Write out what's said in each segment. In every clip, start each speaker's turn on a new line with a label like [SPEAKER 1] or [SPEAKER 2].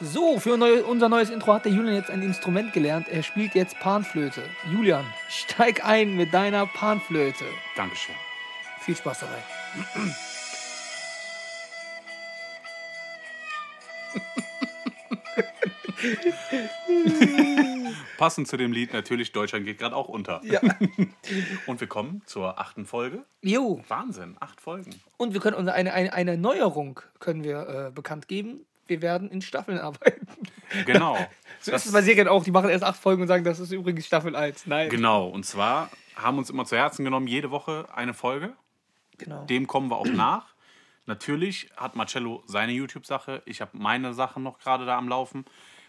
[SPEAKER 1] So, für neu- unser neues Intro hat der Julian jetzt ein Instrument gelernt. Er spielt jetzt Panflöte. Julian, steig ein mit deiner Panflöte.
[SPEAKER 2] Dankeschön.
[SPEAKER 1] Viel Spaß dabei.
[SPEAKER 2] Passend zu dem Lied natürlich, Deutschland geht gerade auch unter.
[SPEAKER 1] Ja.
[SPEAKER 2] Und wir kommen zur achten Folge.
[SPEAKER 1] Jo,
[SPEAKER 2] Wahnsinn, acht Folgen.
[SPEAKER 1] und wir können unsere, eine, eine, eine Neuerung können wir äh, bekannt geben. Wir werden in Staffeln arbeiten.
[SPEAKER 2] Genau.
[SPEAKER 1] So
[SPEAKER 2] Das-
[SPEAKER 1] ist es bei Serien auch. Die machen erst acht Folgen und sagen, das ist übrigens Staffel 1. Nein.
[SPEAKER 2] genau, und zwar haben uns immer zu Herzen genommen, jede Woche eine Folge.
[SPEAKER 1] genau.
[SPEAKER 2] Dem kommen wir auch nach. Natürlich hat Marcello seine YouTube-Sache. Ich habe meine Sachen noch gerade da am Laufen.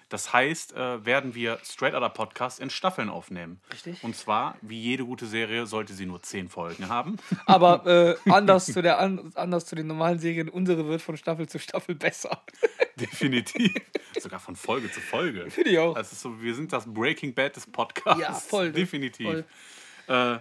[SPEAKER 2] Das heißt, äh, werden wir Straight Outta Podcast in Staffeln aufnehmen.
[SPEAKER 1] Richtig.
[SPEAKER 2] Und zwar, wie jede gute Serie, sollte sie nur zehn Folgen haben.
[SPEAKER 1] Aber äh, anders, zu der, an, anders zu den normalen Serien, unsere wird von Staffel zu Staffel besser.
[SPEAKER 2] Definitiv. Sogar von Folge zu Folge.
[SPEAKER 1] Finde ich auch.
[SPEAKER 2] Das ist so, wir sind das Breaking Bad des Podcasts.
[SPEAKER 1] Ja, voll, ne?
[SPEAKER 2] Definitiv.
[SPEAKER 1] Voll.
[SPEAKER 2] Äh,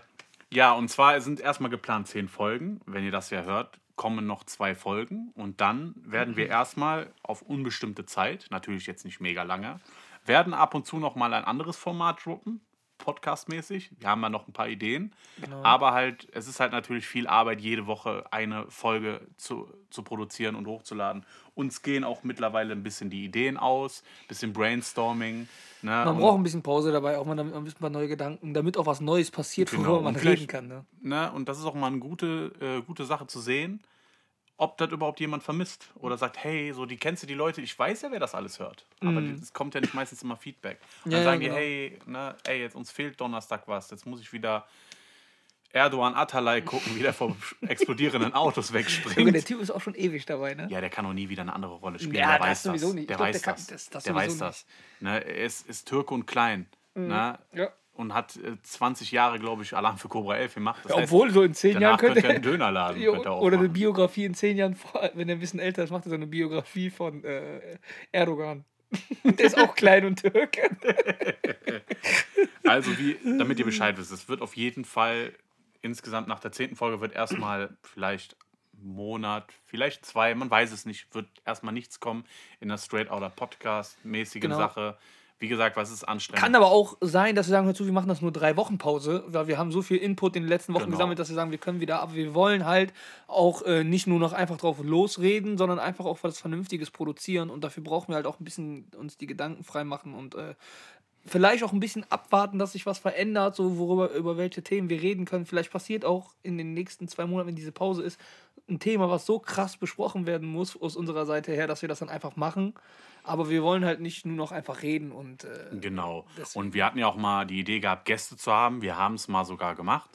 [SPEAKER 2] ja, und zwar sind erstmal geplant zehn Folgen. Wenn ihr das ja hört, kommen noch zwei Folgen. Und dann werden
[SPEAKER 1] Mhm.
[SPEAKER 2] wir erstmal auf unbestimmte Zeit, natürlich jetzt nicht mega lange, werden ab und zu nochmal ein anderes Format droppen. Podcast-mäßig. Wir haben ja noch ein paar Ideen.
[SPEAKER 1] Genau.
[SPEAKER 2] Aber halt, es ist halt natürlich viel Arbeit, jede Woche eine Folge zu, zu produzieren und hochzuladen. Uns gehen auch mittlerweile ein bisschen die Ideen aus, bisschen Brainstorming. Ne?
[SPEAKER 1] Man
[SPEAKER 2] Und-
[SPEAKER 1] braucht ein bisschen Pause dabei, auch mal damit- ein bisschen paar neue Gedanken, damit auch was Neues passiert,
[SPEAKER 2] Genau,
[SPEAKER 1] worüber man
[SPEAKER 2] und
[SPEAKER 1] reden
[SPEAKER 2] vielleicht-
[SPEAKER 1] kann. Ne?
[SPEAKER 2] ne? Und das ist auch mal eine gute, äh, gute Sache zu sehen, ob das überhaupt jemand vermisst oder sagt, hey, so die kennst du die Leute, ich weiß ja, wer das alles hört. Aber es kommt ja nicht meistens immer Feedback. Und
[SPEAKER 1] Mhm. Ja,
[SPEAKER 2] dann
[SPEAKER 1] ja,
[SPEAKER 2] sagen
[SPEAKER 1] genau.
[SPEAKER 2] die, hey, ne, ey, jetzt uns fehlt Donnerstag was, jetzt muss ich wieder Erdogan Atalay gucken, wie der vor explodierenden Autos
[SPEAKER 1] Junge, der
[SPEAKER 2] wegspringt.
[SPEAKER 1] Typ ist auch schon ewig dabei, ne?
[SPEAKER 2] Ja, der kann auch nie wieder eine andere Rolle spielen.
[SPEAKER 1] Ja,
[SPEAKER 2] der
[SPEAKER 1] das
[SPEAKER 2] weiß
[SPEAKER 1] sowieso
[SPEAKER 2] das.
[SPEAKER 1] nicht.
[SPEAKER 2] Der
[SPEAKER 1] Ich glaub,
[SPEAKER 2] weiß
[SPEAKER 1] der kann-
[SPEAKER 2] das.
[SPEAKER 1] das- das
[SPEAKER 2] der
[SPEAKER 1] sowieso Mhm.
[SPEAKER 2] weiß das. Ne, er ist, ist Türke und klein. Ne?
[SPEAKER 1] Ja.
[SPEAKER 2] Und hat äh, 20 Jahre, glaube ich, Alarm für Cobra 11 gemacht. Das
[SPEAKER 1] Ja,
[SPEAKER 2] heißt,
[SPEAKER 1] Obwohl, so in zehn Jahren
[SPEAKER 2] Danach
[SPEAKER 1] könnte
[SPEAKER 2] könnte er einen
[SPEAKER 1] er.
[SPEAKER 2] Dönerladen
[SPEAKER 1] Jo,
[SPEAKER 2] könnte er auch
[SPEAKER 1] oder eine
[SPEAKER 2] machen.
[SPEAKER 1] Biografie in zehn Jahren, vor- wenn er ein bisschen älter ist, macht er so eine Biografie von äh, Erdogan. der ist auch klein und Türke.
[SPEAKER 2] Also wie, damit ihr Bescheid wisst, es wird auf jeden Fall insgesamt nach der zehnten Folge wird erstmal vielleicht einen Monat, vielleicht zwei, man weiß es nicht, wird erstmal nichts kommen in der Straight Outer Podcast mäßigen
[SPEAKER 1] Genau.
[SPEAKER 2] Sache. Wie gesagt, was ist anstrengend?
[SPEAKER 1] Kann aber auch sein, dass wir sagen, hör zu, wir machen das nur drei Wochen Pause, weil wir haben so viel Input in den letzten Wochen
[SPEAKER 2] Genau.
[SPEAKER 1] gesammelt, dass wir sagen, wir können wieder, aber wir wollen halt auch äh, nicht nur noch einfach drauf losreden, sondern einfach auch was Vernünftiges produzieren und dafür brauchen wir halt auch ein bisschen uns die Gedanken frei machen und äh, vielleicht auch ein bisschen abwarten, dass sich was verändert, so worüber, über welche Themen wir reden können. Vielleicht passiert auch in den nächsten zwei Monaten, wenn diese Pause ist, ein Thema, was so krass besprochen werden muss aus unserer Seite her, dass wir das dann einfach machen. Aber wir wollen halt nicht nur noch einfach reden und äh,
[SPEAKER 2] Genau.
[SPEAKER 1] Deswegen.
[SPEAKER 2] Und wir hatten ja auch mal die Idee gehabt, Gäste zu haben. Wir haben es mal sogar gemacht.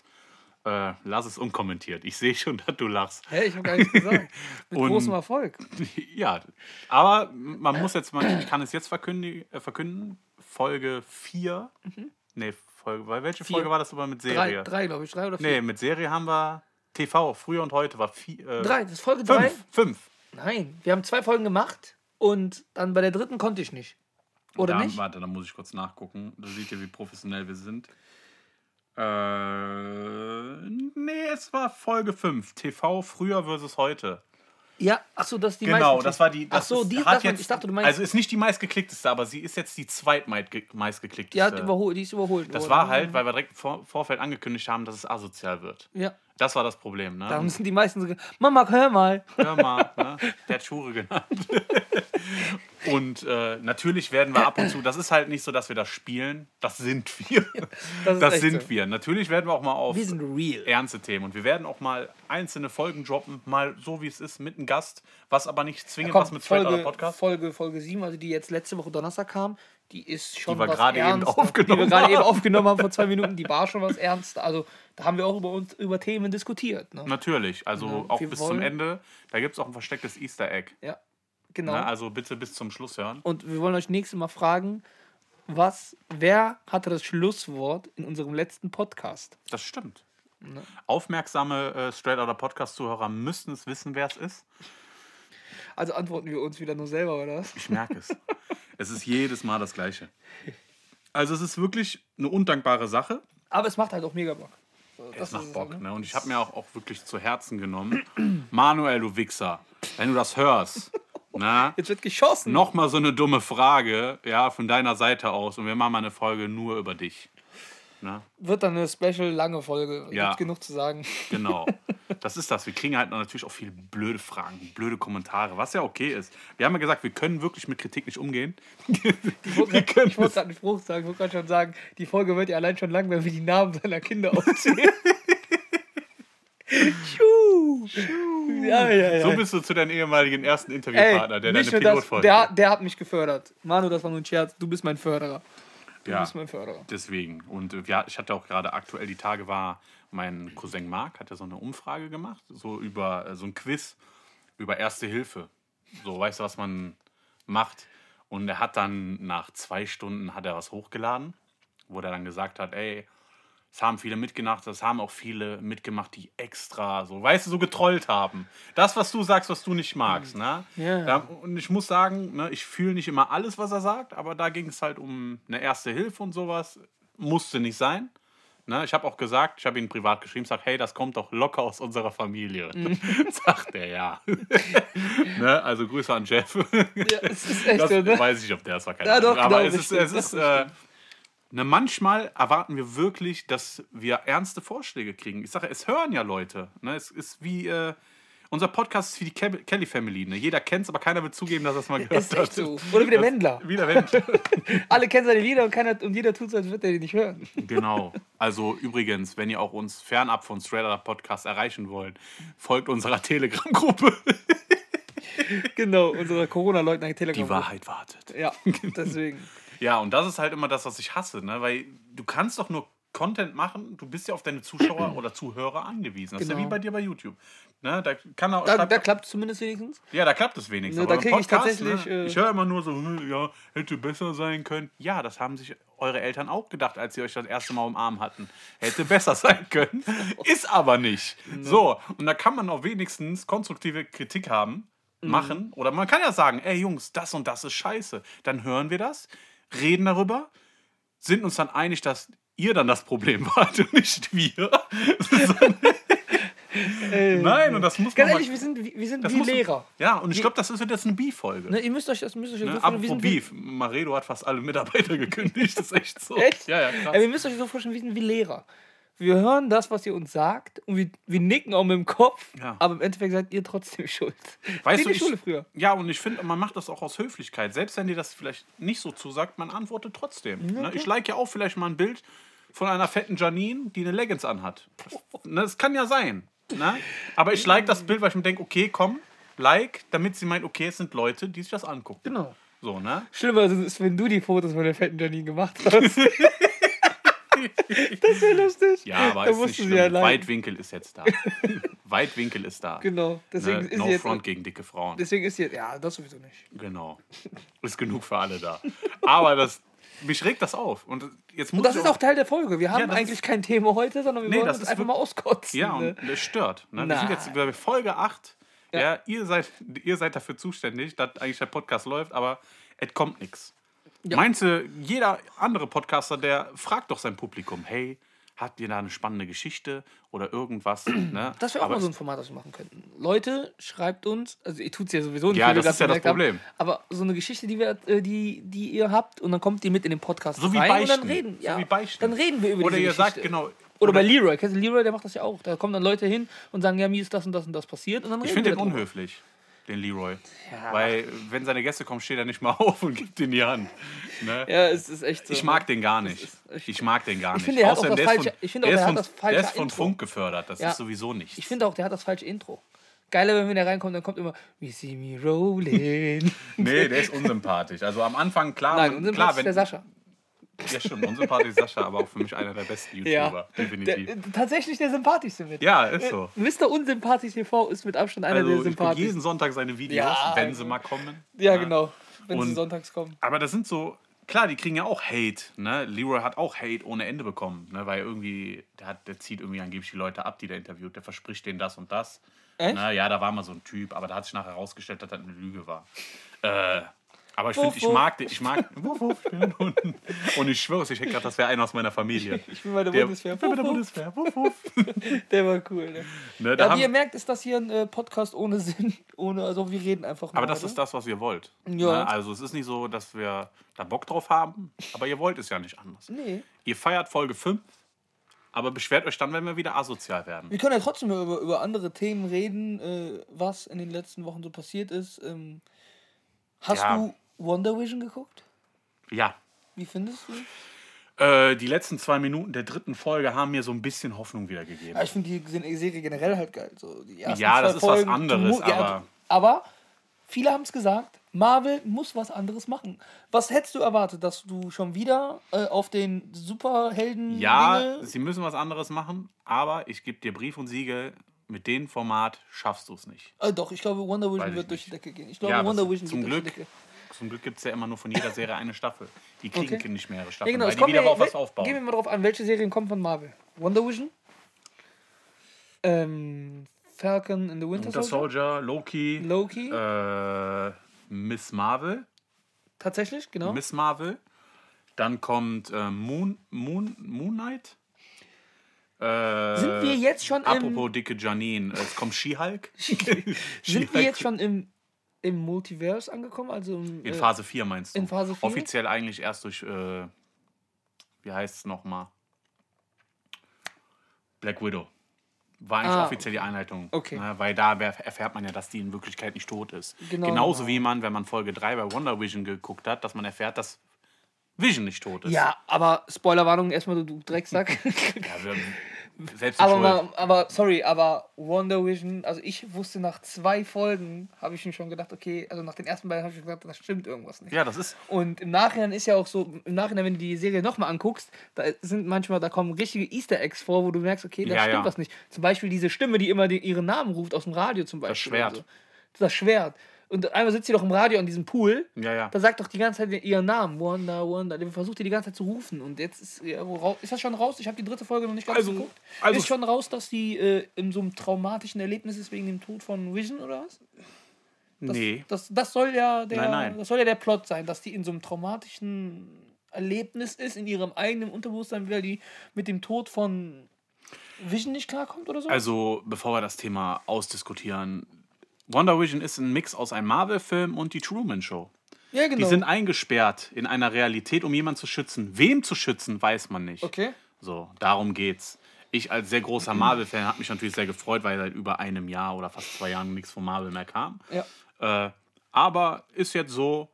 [SPEAKER 2] Äh, lass es unkommentiert. Ich sehe schon, dass du lachst.
[SPEAKER 1] Hä, ich habe gar nichts gesagt. Mit
[SPEAKER 2] Und-
[SPEAKER 1] großem Erfolg.
[SPEAKER 2] Ja, aber man muss jetzt, man kann es jetzt verkünden, äh, verkünden Folge 4. Nee, Folge, weil welche
[SPEAKER 1] Mhm. Vier.
[SPEAKER 2] Folge war das aber mit
[SPEAKER 1] Drei,
[SPEAKER 2] Serie?
[SPEAKER 1] drei glaube ich. Drei oder vier.
[SPEAKER 2] Nee, äh, mit Serie haben wir TV, früher und heute war vier. Äh,
[SPEAKER 1] Drei, das ist Folge drei?
[SPEAKER 2] Fünf, fünf.
[SPEAKER 1] Nein, wir haben zwei Folgen gemacht und dann bei der dritten konnte ich nicht. Oder
[SPEAKER 2] da,
[SPEAKER 1] nicht?
[SPEAKER 2] Warte, da muss ich kurz nachgucken. Da seht ihr, wie professionell wir sind. Äh, nee, es war Folge 5. TV früher versus heute.
[SPEAKER 1] Ja, achso, das ist die
[SPEAKER 2] genau,
[SPEAKER 1] meisten-
[SPEAKER 2] das war die. Das
[SPEAKER 1] Ach so,
[SPEAKER 2] ist-
[SPEAKER 1] die
[SPEAKER 2] hat
[SPEAKER 1] davon,
[SPEAKER 2] jetzt,
[SPEAKER 1] ich dachte, du meinst,
[SPEAKER 2] Also ist nicht die meistgeklickteste, aber sie ist jetzt die zweitmeistgeklickteste.
[SPEAKER 1] die, hat überholt, die ist überholt.
[SPEAKER 2] äh, Das
[SPEAKER 1] worden.
[SPEAKER 2] war halt, weil wir direkt im Vor Vorfeld angekündigt haben, dass es asozial wird.
[SPEAKER 1] Ja,
[SPEAKER 2] Das war das Problem, ne?
[SPEAKER 1] da müssen die meisten so. ge- Mama, hör mal.
[SPEAKER 2] Hör mal, ne? der hat Schure genannt. und äh, natürlich werden wir ab und zu, das ist halt nicht so, dass wir das spielen, das sind wir.
[SPEAKER 1] Das
[SPEAKER 2] Das,
[SPEAKER 1] ist echt
[SPEAKER 2] sind
[SPEAKER 1] so.
[SPEAKER 2] wir. Natürlich werden wir auch mal auf
[SPEAKER 1] Wir sind real.
[SPEAKER 2] ernste Themen und wir werden auch mal einzelne Folgen droppen, mal so wie es ist, mit einem Gast, was aber nicht zwingend
[SPEAKER 1] Komm,
[SPEAKER 2] was mit Straight Outta
[SPEAKER 1] Folge,
[SPEAKER 2] Podcast.
[SPEAKER 1] Folge, Folge 7, also die jetzt letzte Woche Donnerstag kam, die ist schon
[SPEAKER 2] Die wir
[SPEAKER 1] was
[SPEAKER 2] gerade eben
[SPEAKER 1] Ernstes, Die wir
[SPEAKER 2] aufgenommen
[SPEAKER 1] gerade eben
[SPEAKER 2] haben.
[SPEAKER 1] aufgenommen haben vor zwei Minuten, die war schon was Ernstes. Also da haben wir auch über uns über Themen diskutiert. Ne?
[SPEAKER 2] Natürlich, also
[SPEAKER 1] Ja,
[SPEAKER 2] auch
[SPEAKER 1] wir
[SPEAKER 2] bis
[SPEAKER 1] wollen-
[SPEAKER 2] zum Ende. Da gibt es auch ein verstecktes Easter Egg.
[SPEAKER 1] Ja, genau.
[SPEAKER 2] Ne? Also bitte bis zum Schluss hören.
[SPEAKER 1] Und wir wollen euch nächstes Mal fragen, was, wer hatte das Schlusswort in unserem letzten Podcast?
[SPEAKER 2] Das stimmt.
[SPEAKER 1] Ne.
[SPEAKER 2] Aufmerksame äh, Straight Outta Podcast-Zuhörer müssen es wissen, wer es ist.
[SPEAKER 1] Also antworten wir uns wieder nur selber, oder was?
[SPEAKER 2] Ich merke es. es ist jedes Mal das Gleiche. Also es ist wirklich eine undankbare Sache.
[SPEAKER 1] Aber es macht halt auch mega Bock. So,
[SPEAKER 2] Es
[SPEAKER 1] ist
[SPEAKER 2] macht
[SPEAKER 1] es,
[SPEAKER 2] Bock,
[SPEAKER 1] ne?
[SPEAKER 2] ne? Und ich habe mir auch, auch wirklich zu Herzen genommen. Manuel, du Wichser, wenn du das hörst, Na?
[SPEAKER 1] Jetzt wird geschossen.
[SPEAKER 2] Nochmal so eine dumme Frage, ja, von deiner Seite aus. Und wir machen mal eine Folge nur über dich. ne? Na?
[SPEAKER 1] Wird dann eine special lange Folge.
[SPEAKER 2] Ja.
[SPEAKER 1] Gibt genug zu sagen.
[SPEAKER 2] Genau. Das ist das. Wir kriegen halt natürlich auch viele blöde Fragen, blöde Kommentare, was ja okay ist. Wir haben ja gesagt, wir können wirklich mit Kritik nicht umgehen.
[SPEAKER 1] Ich wollte gerade einen Spruch sagen. Ich wollte gerade schon sagen, die Folge wird ja allein schon lang, wenn wir die Namen seiner Kinder aufzählen. Schuh. Ja, ja, ja.
[SPEAKER 2] So bist du zu deinem ehemaligen ersten
[SPEAKER 1] Ey,
[SPEAKER 2] Interviewpartner, der
[SPEAKER 1] nicht nur
[SPEAKER 2] deine
[SPEAKER 1] das,
[SPEAKER 2] Pilotfolge.
[SPEAKER 1] der, der hat mich gefördert. Manu, das war nur ein Scherz. Du bist mein Förderer. Du
[SPEAKER 2] ja,
[SPEAKER 1] bist mein Förderer.
[SPEAKER 2] deswegen. Und äh, ja, ich hatte auch gerade aktuell die Tage war, mein Cousin Marc hat ja so eine Umfrage gemacht, so über äh, so ein Quiz über Erste Hilfe. So, weißt du, was man macht? Und er hat dann nach zwei Stunden hat er was hochgeladen, wo er dann gesagt hat, ey, es haben viele mitgemacht, das haben auch viele mitgemacht, die extra so, weißt du, so getrollt haben. Das, was du sagst, was du nicht magst, ne?
[SPEAKER 1] Ja.
[SPEAKER 2] Da, und ich muss sagen, ne, ich fühle nicht immer alles, was er sagt, aber da ging es halt um eine erste Hilfe und sowas. Musste nicht sein. Ne, ich habe auch gesagt, ich habe ihn privat geschrieben, sag, hey, das kommt doch locker aus unserer Familie. Sagt er ja. ne, also Grüße an Jeff.
[SPEAKER 1] Ja, es ist echt
[SPEAKER 2] Das
[SPEAKER 1] so, ne?
[SPEAKER 2] weiß ich, ob der es war. Keine
[SPEAKER 1] Ja,
[SPEAKER 2] Ahnung.
[SPEAKER 1] doch,
[SPEAKER 2] Aber
[SPEAKER 1] genau,
[SPEAKER 2] es ist,
[SPEAKER 1] bestimmt.
[SPEAKER 2] es ist äh, ne, manchmal erwarten wir wirklich, dass wir ernste Vorschläge kriegen. Ich sage, es hören ja Leute. Ne? Es ist wie äh, unser Podcast ist wie die Ke Kelly Family. Ne? Jeder kennt es, aber keiner will zugeben, dass er es mal gehört
[SPEAKER 1] Ist echt
[SPEAKER 2] hat.
[SPEAKER 1] so. Oder wie der Wendler.
[SPEAKER 2] Wieder Wendler.
[SPEAKER 1] Alle kennen seine Lieder und, keiner, und jeder tut so, als würde er die nicht hören.
[SPEAKER 2] Genau. Also übrigens, wenn ihr auch uns fernab von Straighter Podcast erreichen wollt, folgt unserer Telegram-Gruppe.
[SPEAKER 1] Genau, unsere Corona-Leugner telegram
[SPEAKER 2] Die Wahrheit wartet.
[SPEAKER 1] Ja, deswegen.
[SPEAKER 2] Ja, und das ist halt immer das, was ich hasse, ne? Weil du kannst doch nur Content machen, du bist ja auf deine Zuschauer oder Zuhörer angewiesen. Das ist ja
[SPEAKER 1] Genau.
[SPEAKER 2] wie bei dir bei YouTube. Ne? Da kann er,
[SPEAKER 1] Da,
[SPEAKER 2] schreibt-
[SPEAKER 1] da klappt es zumindest wenigstens.
[SPEAKER 2] ja, da klappt es wenigstens.
[SPEAKER 1] Ne, da
[SPEAKER 2] Aber beim
[SPEAKER 1] krieg ich
[SPEAKER 2] Podcast,
[SPEAKER 1] tatsächlich,
[SPEAKER 2] Ne?
[SPEAKER 1] äh,
[SPEAKER 2] Ich höre immer nur so, hm, ja, hätte besser sein können. Ja, das haben sich eure Eltern auch gedacht, als sie euch das erste Mal umarmt hatten. Hätte besser sein können. Ist aber nicht.
[SPEAKER 1] Ne.
[SPEAKER 2] So, und da kann man auch wenigstens konstruktive Kritik haben,
[SPEAKER 1] Mhm.
[SPEAKER 2] machen. Oder man kann ja sagen, ey Jungs, das und das ist scheiße. Dann hören wir das, reden darüber, sind uns dann einig, dass ihr dann das Problem wart und nicht wir. ne? Nein, und das
[SPEAKER 1] Äh,
[SPEAKER 2] muss man.
[SPEAKER 1] Ganz
[SPEAKER 2] mal-
[SPEAKER 1] ehrlich, wir sind, wie- wir sind
[SPEAKER 2] das
[SPEAKER 1] wie
[SPEAKER 2] muss-
[SPEAKER 1] Lehrer.
[SPEAKER 2] Ja, und ich glaube, das ist jetzt eine B-Folge.
[SPEAKER 1] Ne, ihr müsst euch das müsst euch das
[SPEAKER 2] Ne?
[SPEAKER 1] so vorstellen. Wir
[SPEAKER 2] Apropos
[SPEAKER 1] sind wie,
[SPEAKER 2] Beef, Maredo hat fast alle Mitarbeiter gekündigt, das ist echt so.
[SPEAKER 1] Echt?
[SPEAKER 2] Ja, ja, krass.
[SPEAKER 1] aber ihr müsst euch so vorstellen, wir sind wie Lehrer. Wir hören das, was ihr uns sagt und wir, wir nicken auch mit dem Kopf,
[SPEAKER 2] Ja.
[SPEAKER 1] aber im Endeffekt seid ihr trotzdem schuld.
[SPEAKER 2] Weißt
[SPEAKER 1] Wie
[SPEAKER 2] du,
[SPEAKER 1] in der Schule früher.
[SPEAKER 2] Ja, und ich finde, man macht das auch aus Höflichkeit. Selbst wenn dir das vielleicht nicht so zusagt, man antwortet trotzdem. Ne? Ich like ja auch vielleicht mal ein Bild von einer fetten Janine, die eine Leggings anhat. Ne? Das kann ja sein. Ne? Aber ich like das Bild, weil ich mir denke, okay, komm, like, damit sie meint, okay, es sind Leute, die sich das angucken.
[SPEAKER 1] Genau.
[SPEAKER 2] So, ne?
[SPEAKER 1] Schlimmer ist es, wenn du die Fotos von der fetten Janine gemacht hast. das wäre lustig.
[SPEAKER 2] Ja, aber
[SPEAKER 1] Da
[SPEAKER 2] ist nicht
[SPEAKER 1] musst du sie
[SPEAKER 2] schlimm.
[SPEAKER 1] allein-
[SPEAKER 2] Weitwinkel ist jetzt da. Weitwinkel ist da.
[SPEAKER 1] Genau. Deswegen
[SPEAKER 2] ne?
[SPEAKER 1] ist
[SPEAKER 2] No
[SPEAKER 1] sie jetzt.
[SPEAKER 2] Front gegen dicke Frauen.
[SPEAKER 1] Deswegen ist sie jetzt. Ja, das sowieso nicht.
[SPEAKER 2] Genau. Ist genug für alle da. Aber das, mich regt das auf. Und jetzt muss
[SPEAKER 1] Und das
[SPEAKER 2] ich
[SPEAKER 1] ist auch Teil der Folge. Wir haben
[SPEAKER 2] das
[SPEAKER 1] eigentlich kein Thema heute, sondern wir
[SPEAKER 2] Nee,
[SPEAKER 1] wollen
[SPEAKER 2] das
[SPEAKER 1] uns
[SPEAKER 2] ist
[SPEAKER 1] einfach
[SPEAKER 2] wirk-
[SPEAKER 1] mal auskotzen.
[SPEAKER 2] Ja,
[SPEAKER 1] ne?
[SPEAKER 2] und das stört. Ne? Wir sind
[SPEAKER 1] Nein.
[SPEAKER 2] jetzt bei Folge 8. Ja.
[SPEAKER 1] Ja.
[SPEAKER 2] ihr seid, ihr seid dafür zuständig, dass eigentlich der Podcast läuft, aber es kommt nichts. Meinst du, jeder andere Podcaster, der fragt doch sein Publikum, hey, habt ihr da eine spannende Geschichte oder irgendwas? ne?
[SPEAKER 1] Das wäre auch
[SPEAKER 2] Aber
[SPEAKER 1] mal so ein Format, das wir machen könnten. Leute, schreibt uns, also ihr tut es ja sowieso nicht,
[SPEAKER 2] Ja,
[SPEAKER 1] wie wir
[SPEAKER 2] das
[SPEAKER 1] gerade
[SPEAKER 2] ist ja das
[SPEAKER 1] gemerkt haben,
[SPEAKER 2] Problem.
[SPEAKER 1] aber so eine Geschichte, die, wir, äh, die, die ihr habt und dann kommt ihr mit in den Podcast
[SPEAKER 2] So wie
[SPEAKER 1] rein und
[SPEAKER 2] Beichten.
[SPEAKER 1] dann reden,
[SPEAKER 2] So
[SPEAKER 1] ja,
[SPEAKER 2] wie Beichten.
[SPEAKER 1] dann reden wir über
[SPEAKER 2] Oder
[SPEAKER 1] diese
[SPEAKER 2] ihr
[SPEAKER 1] Geschichte.
[SPEAKER 2] sagt, genau,
[SPEAKER 1] Oder bei Leroy, kennst du Leroy, der macht das ja auch. Da kommen dann Leute hin und sagen, ja, mir ist das und das und das passiert und dann
[SPEAKER 2] Ich
[SPEAKER 1] reden
[SPEAKER 2] finde
[SPEAKER 1] wir
[SPEAKER 2] den
[SPEAKER 1] darüber.
[SPEAKER 2] unhöflich, den Leroy.
[SPEAKER 1] Ja.
[SPEAKER 2] Weil, wenn seine Gäste kommen, steht er nicht mal auf und gibt ihnen die Hand. Ne?
[SPEAKER 1] Ja, es ist echt so. ne?
[SPEAKER 2] Ich mag den gar
[SPEAKER 1] Das
[SPEAKER 2] nicht.
[SPEAKER 1] ist echt-
[SPEAKER 2] Ich mag den gar nicht.
[SPEAKER 1] finde, er hat auch
[SPEAKER 2] Außerdem,
[SPEAKER 1] das
[SPEAKER 2] der ist
[SPEAKER 1] falsche-
[SPEAKER 2] von-
[SPEAKER 1] ich finde auch,
[SPEAKER 2] der ist
[SPEAKER 1] der hat
[SPEAKER 2] von-
[SPEAKER 1] das falsche
[SPEAKER 2] Der ist von
[SPEAKER 1] Intro.
[SPEAKER 2] Funk gefördert. Das
[SPEAKER 1] Ja.
[SPEAKER 2] ist sowieso nichts.
[SPEAKER 1] Ich finde auch, der hat das falsche Intro. Geiler, wenn wir da reinkommen, dann kommt immer We see me rolling.
[SPEAKER 2] nee, der ist unsympathisch. Also am Anfang, klar,
[SPEAKER 1] Nein,
[SPEAKER 2] man-
[SPEAKER 1] unser
[SPEAKER 2] klar
[SPEAKER 1] Platz ist der Sascha.
[SPEAKER 2] Ja, stimmt. Unsympathisch ist Sascha, aber auch für mich einer der besten YouTuber.
[SPEAKER 1] Der,
[SPEAKER 2] Definitiv.
[SPEAKER 1] äh, tatsächlich der sympathischste mit.
[SPEAKER 2] ja, ist so.
[SPEAKER 1] Mr. Unsympathisch TV ist mit Abstand einer der
[SPEAKER 2] Also, ich gucke
[SPEAKER 1] sympathischsten.
[SPEAKER 2] jeden Sonntag seine Videos,
[SPEAKER 1] Ja,
[SPEAKER 2] wenn
[SPEAKER 1] also-
[SPEAKER 2] sie mal kommen.
[SPEAKER 1] Ja,
[SPEAKER 2] Ne?
[SPEAKER 1] genau. Wenn
[SPEAKER 2] Und-
[SPEAKER 1] sie sonntags kommen.
[SPEAKER 2] Aber das sind so, klar, die kriegen ja auch Hate. Ne? Leroy hat auch Hate ohne Ende bekommen, ne? weil irgendwie, der, hat, der zieht irgendwie angeblich die Leute ab, die der interviewt. Der verspricht denen das und das.
[SPEAKER 1] Echt?
[SPEAKER 2] Ne? Ja, da war mal so ein Typ, aber da hat sich nachher herausgestellt, dass das eine Lüge war. Äh, Aber ich finde, ich
[SPEAKER 1] Wuff,
[SPEAKER 2] mag den. Ich mag. Wuff, wuff, ich bin ein Hund. Und ich schwöre es, ich hätte gerade, das wäre einer aus meiner Familie.
[SPEAKER 1] Ich bin bei der
[SPEAKER 2] Der-
[SPEAKER 1] Bundeswehr.
[SPEAKER 2] Ich bin bei der Bundeswehr. Wuff, wuff.
[SPEAKER 1] Der war cool. Ne?
[SPEAKER 2] Ne, da
[SPEAKER 1] Ja,
[SPEAKER 2] haben,
[SPEAKER 1] wie ihr merkt, ist das hier ein äh, Podcast ohne Sinn. Ohne, also wir reden einfach
[SPEAKER 2] aber das ist das, was ihr wollt.
[SPEAKER 1] Ja.
[SPEAKER 2] Ne? Also es ist nicht so, dass wir da Bock drauf haben, aber ihr wollt es ja nicht anders.
[SPEAKER 1] Nee.
[SPEAKER 2] Ihr feiert Folge 5, aber beschwert euch dann, wenn wir wieder asozial werden.
[SPEAKER 1] Wir können ja trotzdem über, über andere Themen reden, äh, was in den letzten Wochen so passiert ist. Ähm, hast
[SPEAKER 2] Ja.
[SPEAKER 1] du Wonder Vision geguckt?
[SPEAKER 2] Ja.
[SPEAKER 1] Wie findest du?
[SPEAKER 2] Äh, die letzten zwei Minuten der dritten Folge haben mir so ein bisschen Hoffnung wieder gegeben.
[SPEAKER 1] Ja, ich finde die Sen- Serie generell halt geil. So, die ersten
[SPEAKER 2] Ja,
[SPEAKER 1] zwei
[SPEAKER 2] das ist was
[SPEAKER 1] die
[SPEAKER 2] anderes,
[SPEAKER 1] mu- ja,
[SPEAKER 2] aber-
[SPEAKER 1] aber viele haben es gesagt, Marvel muss was anderes machen. Was hättest du erwartet, dass du schon wieder äh, auf den Superhelden
[SPEAKER 2] Ja,
[SPEAKER 1] Dinge-
[SPEAKER 2] sie müssen was anderes machen, aber ich gebe dir Brief und Siegel, mit dem Format schaffst du es nicht.
[SPEAKER 1] Äh, doch, ich glaube, Wonder Vision
[SPEAKER 2] Weiß ich
[SPEAKER 1] wird durch
[SPEAKER 2] nicht.
[SPEAKER 1] die Decke gehen. Ich glaube,
[SPEAKER 2] Ja,
[SPEAKER 1] Wonder
[SPEAKER 2] das-
[SPEAKER 1] Vision
[SPEAKER 2] zum
[SPEAKER 1] geht durch die
[SPEAKER 2] Glück.
[SPEAKER 1] Decke.
[SPEAKER 2] Zum Glück gibt es ja immer nur von jeder Serie eine Staffel. Die kriegen
[SPEAKER 1] Okay.
[SPEAKER 2] nicht mehrere
[SPEAKER 1] Ja,
[SPEAKER 2] Staffeln,
[SPEAKER 1] genau.
[SPEAKER 2] weil
[SPEAKER 1] Es
[SPEAKER 2] die
[SPEAKER 1] kommt
[SPEAKER 2] wieder
[SPEAKER 1] ja-
[SPEAKER 2] auf was
[SPEAKER 1] Gehen wir
[SPEAKER 2] aufbauen.
[SPEAKER 1] mal drauf an, welche Serien kommen von Marvel? Wonder Vision? Ähm, Falcon in the Winter
[SPEAKER 2] Winter
[SPEAKER 1] Soldier?
[SPEAKER 2] Soldier, Loki,
[SPEAKER 1] Loki?
[SPEAKER 2] äh, Miss Marvel,
[SPEAKER 1] Tatsächlich, genau.
[SPEAKER 2] Miss Marvel. Dann kommt äh, Moon, Moon, Moon Knight. Äh,
[SPEAKER 1] Sind wir jetzt schon im-
[SPEAKER 2] Apropos dicke Janine, äh, es kommt She-Hulk.
[SPEAKER 1] Sind wir jetzt schon im, im Multiverse angekommen? Also im,
[SPEAKER 2] In
[SPEAKER 1] äh,
[SPEAKER 2] Phase 4 meinst du?
[SPEAKER 1] in Phase 4?
[SPEAKER 2] Offiziell eigentlich erst durch, äh, wie heißt es nochmal? Black Widow. War eigentlich
[SPEAKER 1] Ah.
[SPEAKER 2] offiziell die Einleitung.
[SPEAKER 1] Okay.
[SPEAKER 2] Ne? Weil da wer- erfährt man ja, dass die in Wirklichkeit nicht tot ist.
[SPEAKER 1] Genau,
[SPEAKER 2] Genauso
[SPEAKER 1] genau.
[SPEAKER 2] wie man, wenn man Folge 3 bei Wonder Vision geguckt hat, dass man erfährt, dass Vision nicht tot ist.
[SPEAKER 1] Ja, aber Spoilerwarnung erstmal, du- du Drecksack.
[SPEAKER 2] ja wir, selbst
[SPEAKER 1] aber,
[SPEAKER 2] schuld.
[SPEAKER 1] mal, aber, sorry, aber Wonder Vision, also ich wusste nach zwei Folgen, habe ich mir schon gedacht, okay, also nach den ersten beiden habe ich mir gedacht, da stimmt irgendwas nicht.
[SPEAKER 2] ja, das ist.
[SPEAKER 1] Und im Nachhinein ist ja auch so, im Nachhinein, wenn du die Serie nochmal anguckst, da sind manchmal, da kommen richtige Easter Eggs vor, wo du merkst, okay, da
[SPEAKER 2] Ja,
[SPEAKER 1] stimmt
[SPEAKER 2] ja.
[SPEAKER 1] was nicht. Zum Beispiel diese Stimme, die immer die, ihren Namen ruft aus dem Radio zum Beispiel.
[SPEAKER 2] Schwert.
[SPEAKER 1] und So. Das Schwert. Und einmal sitzt sie doch im Radio an diesem Pool.
[SPEAKER 2] Ja, ja.
[SPEAKER 1] Da sagt doch die ganze Zeit ihren Namen. Wanda, Wanda. Der versucht die die ganze Zeit zu rufen. Und jetzt ist, ja, wo rau- ist das schon raus? Ich habe die dritte Folge noch nicht ganz
[SPEAKER 2] Also-
[SPEAKER 1] geguckt.
[SPEAKER 2] also-
[SPEAKER 1] ist schon raus, dass die äh, in so einem traumatischen Erlebnis ist wegen dem Tod von Vision oder was? Das,
[SPEAKER 2] nee.
[SPEAKER 1] Das, das, soll ja der,
[SPEAKER 2] Nein, nein.
[SPEAKER 1] das soll ja der Plot sein, dass die in so einem traumatischen Erlebnis ist, in ihrem eigenen Unterbewusstsein, weil die mit dem Tod von Vision nicht klarkommt oder so.
[SPEAKER 2] Also, bevor wir das Thema ausdiskutieren, Wonder Vision ist ein Mix aus einem Marvel-Film und die Truman Show.
[SPEAKER 1] ja, genau.
[SPEAKER 2] Die sind eingesperrt in einer Realität, um jemanden zu schützen. Wem zu schützen, weiß man nicht.
[SPEAKER 1] okay.
[SPEAKER 2] So, darum geht's. Ich als sehr großer Marvel-Fan habe mich natürlich sehr gefreut, weil seit über einem Jahr oder fast zwei Jahren nichts von Marvel mehr kam.
[SPEAKER 1] Ja.
[SPEAKER 2] Äh, aber ist jetzt so,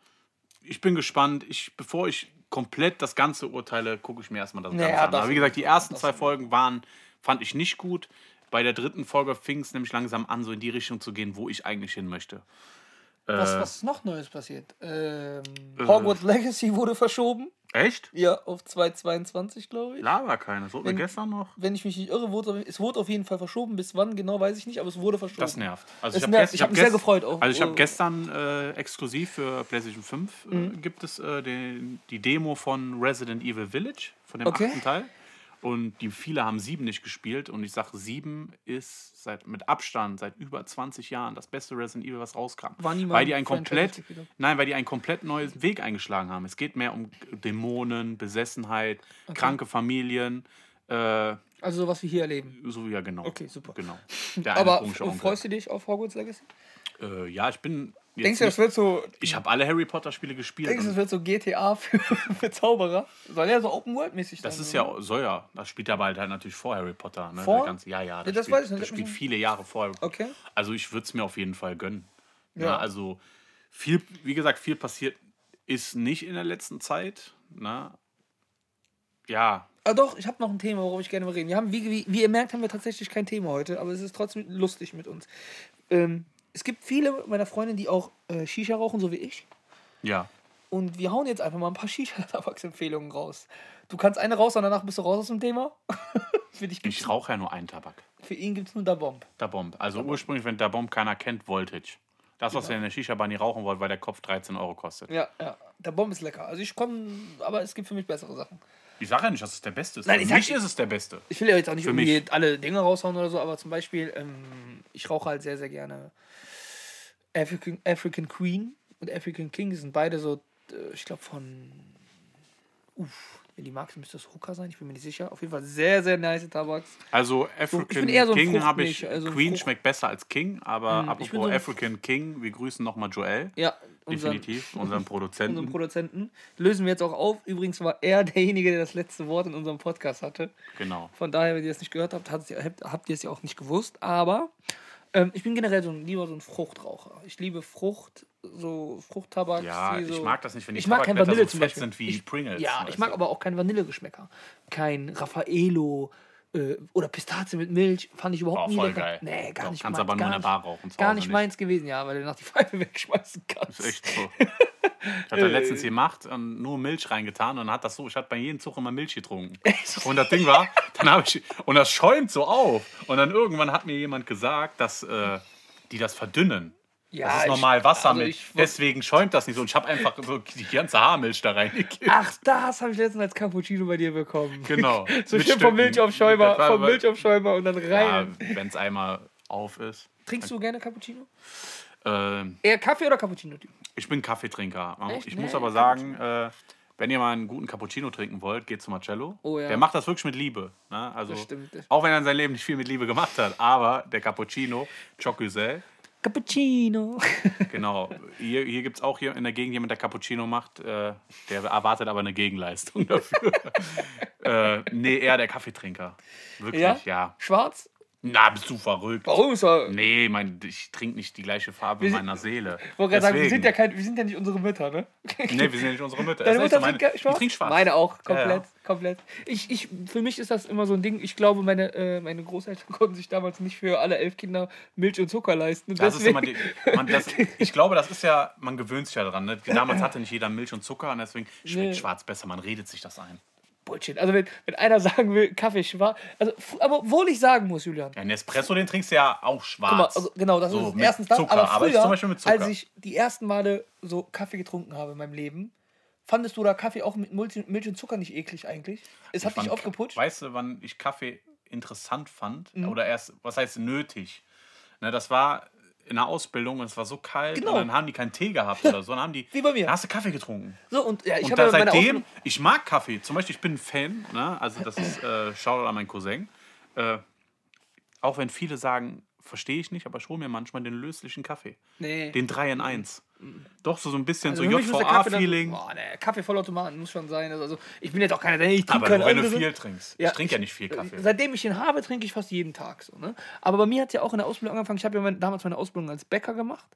[SPEAKER 2] ich bin gespannt. Ich, bevor ich komplett das Ganze urteile, gucke ich mir erstmal das
[SPEAKER 1] Naja,
[SPEAKER 2] Ganze an.
[SPEAKER 1] das-
[SPEAKER 2] Aber wie gesagt, die ersten zwei Folgen waren, fand ich nicht gut. Bei der dritten Folge fing es nämlich langsam an, so in die Richtung zu gehen, wo ich eigentlich hin möchte. Äh.
[SPEAKER 1] Was, was ist noch Neues passiert? Ähm, Hogwarts Legacy wurde verschoben.
[SPEAKER 2] Echt?
[SPEAKER 1] Ja, auf 2022, glaube ich.
[SPEAKER 2] Laber keine. So,
[SPEAKER 1] Wenn-
[SPEAKER 2] gestern noch.
[SPEAKER 1] Wenn ich mich nicht irre, wurde, es wurde auf jeden Fall verschoben. Bis wann genau, weiß ich nicht, aber es wurde verschoben.
[SPEAKER 2] Das nervt. Also
[SPEAKER 1] Es
[SPEAKER 2] hab
[SPEAKER 1] nervt.
[SPEAKER 2] gest-
[SPEAKER 1] Ich hab mich sehr
[SPEAKER 2] gest-
[SPEAKER 1] gefreut auch.
[SPEAKER 2] Also ich
[SPEAKER 1] Oh.
[SPEAKER 2] habe gestern äh, exklusiv für PlayStation 5 äh,
[SPEAKER 1] Mhm.
[SPEAKER 2] gibt es äh, den, die Demo von Resident Evil Village, von dem
[SPEAKER 1] Okay.
[SPEAKER 2] achten Teil. Und die viele haben sieben nicht gespielt. Und ich sage, sieben ist seit, mit Abstand seit über 20 Jahren das beste Resident Evil, was rauskam.
[SPEAKER 1] War nie mal
[SPEAKER 2] weil
[SPEAKER 1] ein
[SPEAKER 2] die einen komplett,
[SPEAKER 1] Franchise-Titel, oder?
[SPEAKER 2] nein, weil die einen komplett neuen Weg eingeschlagen haben. Es geht mehr um Dämonen, Besessenheit, kranke Familien. Äh,
[SPEAKER 1] Also sowas wie hier erleben.
[SPEAKER 2] so ja genau.
[SPEAKER 1] Okay, super.
[SPEAKER 2] Genau. Der eine
[SPEAKER 1] Aber
[SPEAKER 2] komische
[SPEAKER 1] f-
[SPEAKER 2] Onkel.
[SPEAKER 1] freust du dich auf Hogwarts Legacy?
[SPEAKER 2] Äh, ja, ich bin.
[SPEAKER 1] Denkst
[SPEAKER 2] Jetzt
[SPEAKER 1] du, das
[SPEAKER 2] nicht,
[SPEAKER 1] wird so,
[SPEAKER 2] ich habe alle Harry Potter Spiele gespielt.
[SPEAKER 1] denkst du, das
[SPEAKER 2] und
[SPEAKER 1] wird so GTA für, für Zauberer? Soll ja so Open World mäßig sein.
[SPEAKER 2] Das ist
[SPEAKER 1] oder?
[SPEAKER 2] ja, soll ja, das spielt aber halt, halt natürlich vor Harry Potter. Ne?
[SPEAKER 1] Vor?
[SPEAKER 2] Der ganze- ja, ja, das,
[SPEAKER 1] das
[SPEAKER 2] spielt,
[SPEAKER 1] weiß ich nicht.
[SPEAKER 2] das spielt viele Jahre vor Harry Potter.
[SPEAKER 1] Okay.
[SPEAKER 2] Also ich würde es mir auf jeden Fall gönnen. Ja.
[SPEAKER 1] Ja.
[SPEAKER 2] also viel, wie gesagt, viel passiert ist nicht in der letzten Zeit. Ne? Ja,
[SPEAKER 1] Ah, doch, ich habe noch ein Thema, worauf ich gerne mal reden. Wir haben, wie, wie, wie ihr merkt, haben wir tatsächlich kein Thema heute, aber es ist trotzdem lustig mit uns. Ähm, es gibt viele meiner Freundinnen, die auch äh, Shisha rauchen, so wie ich.
[SPEAKER 2] ja.
[SPEAKER 1] Und wir hauen jetzt einfach mal ein paar Shisha-Tabaks-Empfehlungen raus. Du kannst eine raus und danach bist du raus aus dem Thema. für dich gibt's,
[SPEAKER 2] Ich rauche ja nur einen Tabak.
[SPEAKER 1] für ihn gibt es nur da Bomb.
[SPEAKER 2] Da Bomb. Also ursprünglich, wenn da Bomb keiner kennt, Voltage. Das, was ihr in der Shisha-Bar nie rauchen wollt, weil der Kopf 13 Euro kostet.
[SPEAKER 1] Ja, ja. Der Bomb ist lecker. Also ich komme, aber es gibt für mich bessere Sachen.
[SPEAKER 2] Ich sage ja nicht, dass es der Beste ist.
[SPEAKER 1] Nein, ich
[SPEAKER 2] Für
[SPEAKER 1] sag-
[SPEAKER 2] mich ist es der Beste.
[SPEAKER 1] Ich will ja jetzt auch nicht
[SPEAKER 2] Für
[SPEAKER 1] irgendwie
[SPEAKER 2] mich.
[SPEAKER 1] alle Dinge raushauen oder so, aber zum Beispiel, ähm, ich rauche halt sehr, sehr gerne African, African Queen. und African King sind beide so, äh, ich glaube, von. Uff, wenn die Marke müsste das Hooker sein, ich bin mir nicht sicher. Auf jeden Fall sehr, sehr nice Tabaks.
[SPEAKER 2] Also
[SPEAKER 1] ich
[SPEAKER 2] African
[SPEAKER 1] bin eher so ein
[SPEAKER 2] King habe ich.
[SPEAKER 1] Fruchtmilch, also ein
[SPEAKER 2] Queen
[SPEAKER 1] Frucht-
[SPEAKER 2] schmeckt besser als King,
[SPEAKER 1] Mm, ich
[SPEAKER 2] aber
[SPEAKER 1] bin
[SPEAKER 2] apropos
[SPEAKER 1] so ein-
[SPEAKER 2] African King, wir grüßen nochmal Joel.
[SPEAKER 1] Ja, unseren,
[SPEAKER 2] definitiv, unseren Produzenten.
[SPEAKER 1] unseren Produzenten. Lösen wir jetzt auch auf. Übrigens war er derjenige, der das letzte Wort in unserem Podcast hatte.
[SPEAKER 2] genau.
[SPEAKER 1] Von daher, wenn ihr das nicht gehört habt, hat's- habt, habt ihr es ja auch nicht gewusst. Aber ähm, ich bin generell so ein, lieber so ein Fruchtraucher. Ich liebe Frucht, so Fruchttabak.
[SPEAKER 2] Ja,
[SPEAKER 1] die so
[SPEAKER 2] ich mag das nicht, wenn die
[SPEAKER 1] Ich mag kein
[SPEAKER 2] Tabakblätter
[SPEAKER 1] Vanille
[SPEAKER 2] so
[SPEAKER 1] zum
[SPEAKER 2] fett
[SPEAKER 1] Beispiel.
[SPEAKER 2] sind wie Pringles.
[SPEAKER 1] Ja,
[SPEAKER 2] weißt
[SPEAKER 1] ich mag
[SPEAKER 2] du.
[SPEAKER 1] aber auch kein Vanillegeschmäcker. Kein Raffaello äh, oder Pistazie mit Milch fand ich überhaupt
[SPEAKER 2] Oh,
[SPEAKER 1] nie
[SPEAKER 2] voll
[SPEAKER 1] lecker.
[SPEAKER 2] geil.
[SPEAKER 1] Nee, gar
[SPEAKER 2] Doch,
[SPEAKER 1] nicht
[SPEAKER 2] kannst
[SPEAKER 1] meins,
[SPEAKER 2] aber nur
[SPEAKER 1] gar
[SPEAKER 2] in der
[SPEAKER 1] nicht-
[SPEAKER 2] Bar rauchen, zu
[SPEAKER 1] Gar
[SPEAKER 2] Hause
[SPEAKER 1] nicht
[SPEAKER 2] nicht.
[SPEAKER 1] meins gewesen, ja, weil du nach die Pfeife wegschmeißen kannst.
[SPEAKER 2] Ist echt so. Ich hatte letztens gemacht und nur Milch reingetan und dann hat das so, ich hatte bei jedem Zug immer Milch getrunken. Und das Ding war, dann habe ich, und das schäumt so auf. Und dann irgendwann hat mir jemand gesagt, dass äh, die das verdünnen.
[SPEAKER 1] Ja,
[SPEAKER 2] das ist
[SPEAKER 1] ich-
[SPEAKER 2] normal Wasser
[SPEAKER 1] also
[SPEAKER 2] mit.
[SPEAKER 1] ich-
[SPEAKER 2] Deswegen schäumt das nicht so. Und ich habe einfach so die ganze Haarmilch da reingekippt.
[SPEAKER 1] Ach, das habe ich letztens als Cappuccino bei dir bekommen.
[SPEAKER 2] Genau.
[SPEAKER 1] So schön
[SPEAKER 2] Mit
[SPEAKER 1] vom
[SPEAKER 2] Stücken.
[SPEAKER 1] Milchaufschäumer,
[SPEAKER 2] Das war
[SPEAKER 1] vom
[SPEAKER 2] aber-
[SPEAKER 1] Milchaufschäumer und dann
[SPEAKER 2] Ja,
[SPEAKER 1] rein.
[SPEAKER 2] Wenn es Ah, einmal auf ist.
[SPEAKER 1] Trinkst du gerne Cappuccino?
[SPEAKER 2] Ähm,
[SPEAKER 1] Eher Kaffee oder Cappuccino? -Typ?
[SPEAKER 2] Ich bin Kaffeetrinker. Man-
[SPEAKER 1] Echt?
[SPEAKER 2] Ich
[SPEAKER 1] Nee,
[SPEAKER 2] muss aber sagen, äh, wenn ihr mal einen guten Cappuccino trinken wollt, geht zu Marcello.
[SPEAKER 1] Oh ja.
[SPEAKER 2] Der macht das wirklich mit Liebe. Ne? Also,
[SPEAKER 1] Das stimmt.
[SPEAKER 2] Auch wenn er in seinem Leben nicht viel mit Liebe gemacht hat, aber der Cappuccino, Chocusel,
[SPEAKER 1] Cappuccino.
[SPEAKER 2] genau. Hier, hier gibt es auch hier in der Gegend jemanden, der Cappuccino macht. Äh, der erwartet aber eine Gegenleistung dafür. äh, nee, eher der Kaffeetrinker. Wirklich,
[SPEAKER 1] Ja?
[SPEAKER 2] ja.
[SPEAKER 1] Schwarz?
[SPEAKER 2] Na, bist du verrückt.
[SPEAKER 1] Warum ist er?
[SPEAKER 2] Nee, mein, ich trinke nicht die gleiche Farbe
[SPEAKER 1] Wir sind-
[SPEAKER 2] meiner Seele.
[SPEAKER 1] Ich wollte gerade sagen, wir
[SPEAKER 2] Deswegen.
[SPEAKER 1] sind, ja kein, wir sind ja nicht unsere Mütter, ne?
[SPEAKER 2] Nee, wir sind ja nicht unsere Mütter.
[SPEAKER 1] Deine
[SPEAKER 2] Ist echt
[SPEAKER 1] Mutter
[SPEAKER 2] so, meine-
[SPEAKER 1] trinkt
[SPEAKER 2] ich
[SPEAKER 1] schwarz?
[SPEAKER 2] trink schwarz.
[SPEAKER 1] Meine auch,
[SPEAKER 2] Ja, ja.
[SPEAKER 1] komplett, komplett. Ich, ich, für mich ist das immer so ein Ding. Ich glaube, meine, äh, meine Großeltern konnten sich damals nicht für alle elf Kinder Milch und Zucker leisten. Und
[SPEAKER 2] Das
[SPEAKER 1] deswegen,
[SPEAKER 2] ist immer die, man, das, ich glaube, das ist ja, man gewöhnt sich ja dran. Ne? Damals hatte nicht jeder Milch und Zucker und deswegen schmeckt
[SPEAKER 1] Nee.
[SPEAKER 2] schwarz besser. Man redet sich das ein.
[SPEAKER 1] Bullshit. Also wenn, wenn einer sagen will, Kaffee schwarz. Also, f- aber obwohl ich sagen muss, Julian.
[SPEAKER 2] Ja, Nespresso, den trinkst du ja auch schwarz.
[SPEAKER 1] Guck mal, also genau, das
[SPEAKER 2] So,
[SPEAKER 1] ist
[SPEAKER 2] mit
[SPEAKER 1] erstens das.
[SPEAKER 2] Zucker,
[SPEAKER 1] aber
[SPEAKER 2] aber ich
[SPEAKER 1] früher,
[SPEAKER 2] zum Beispiel mit Zucker.
[SPEAKER 1] als ich die ersten Male so Kaffee getrunken habe in meinem Leben, fandest du da Kaffee auch mit Multi- Milch und Zucker nicht eklig eigentlich? Es hat
[SPEAKER 2] Wann-
[SPEAKER 1] dich aufgeputscht. Mhm.
[SPEAKER 2] Weißt du, wann ich Kaffee interessant fand? Oder erst, was heißt nötig? Ne, das war in der Ausbildung und es war so kalt
[SPEAKER 1] Genau.
[SPEAKER 2] und dann haben die keinen Tee gehabt oder so. Dann haben die,
[SPEAKER 1] Wie bei mir.
[SPEAKER 2] Dann hast du Kaffee getrunken.
[SPEAKER 1] So, und ja, ich
[SPEAKER 2] und
[SPEAKER 1] habe ja
[SPEAKER 2] da
[SPEAKER 1] bei meiner
[SPEAKER 2] seitdem,
[SPEAKER 1] Ausbildung-
[SPEAKER 2] ich mag Kaffee. Zum Beispiel, ich bin ein Fan, ne? also das ist, äh, Shoutout an meinen Cousin. Äh, auch wenn viele sagen, verstehe ich nicht, aber ich hole mir manchmal den löslichen Kaffee.
[SPEAKER 1] Nee.
[SPEAKER 2] Den 3 in 1. Doch so, so ein bisschen
[SPEAKER 1] Also
[SPEAKER 2] so
[SPEAKER 1] für mich muss der Kaffee dann-
[SPEAKER 2] JVA-Feeling.
[SPEAKER 1] Boah, nee, Kaffee Vollautomaten muss schon sein. Also ich bin jetzt auch keiner, der ich trinke
[SPEAKER 2] Aber nur,
[SPEAKER 1] keine
[SPEAKER 2] wenn du
[SPEAKER 1] andere.
[SPEAKER 2] viel trinkst.
[SPEAKER 1] Ja,
[SPEAKER 2] ich trinke ja nicht viel Kaffee.
[SPEAKER 1] Äh, Seitdem ich ihn habe, trinke ich fast jeden Tag. So, ne? Aber bei mir hat es ja auch in der Ausbildung angefangen. Ich habe ja mein, damals meine Ausbildung als Bäcker gemacht.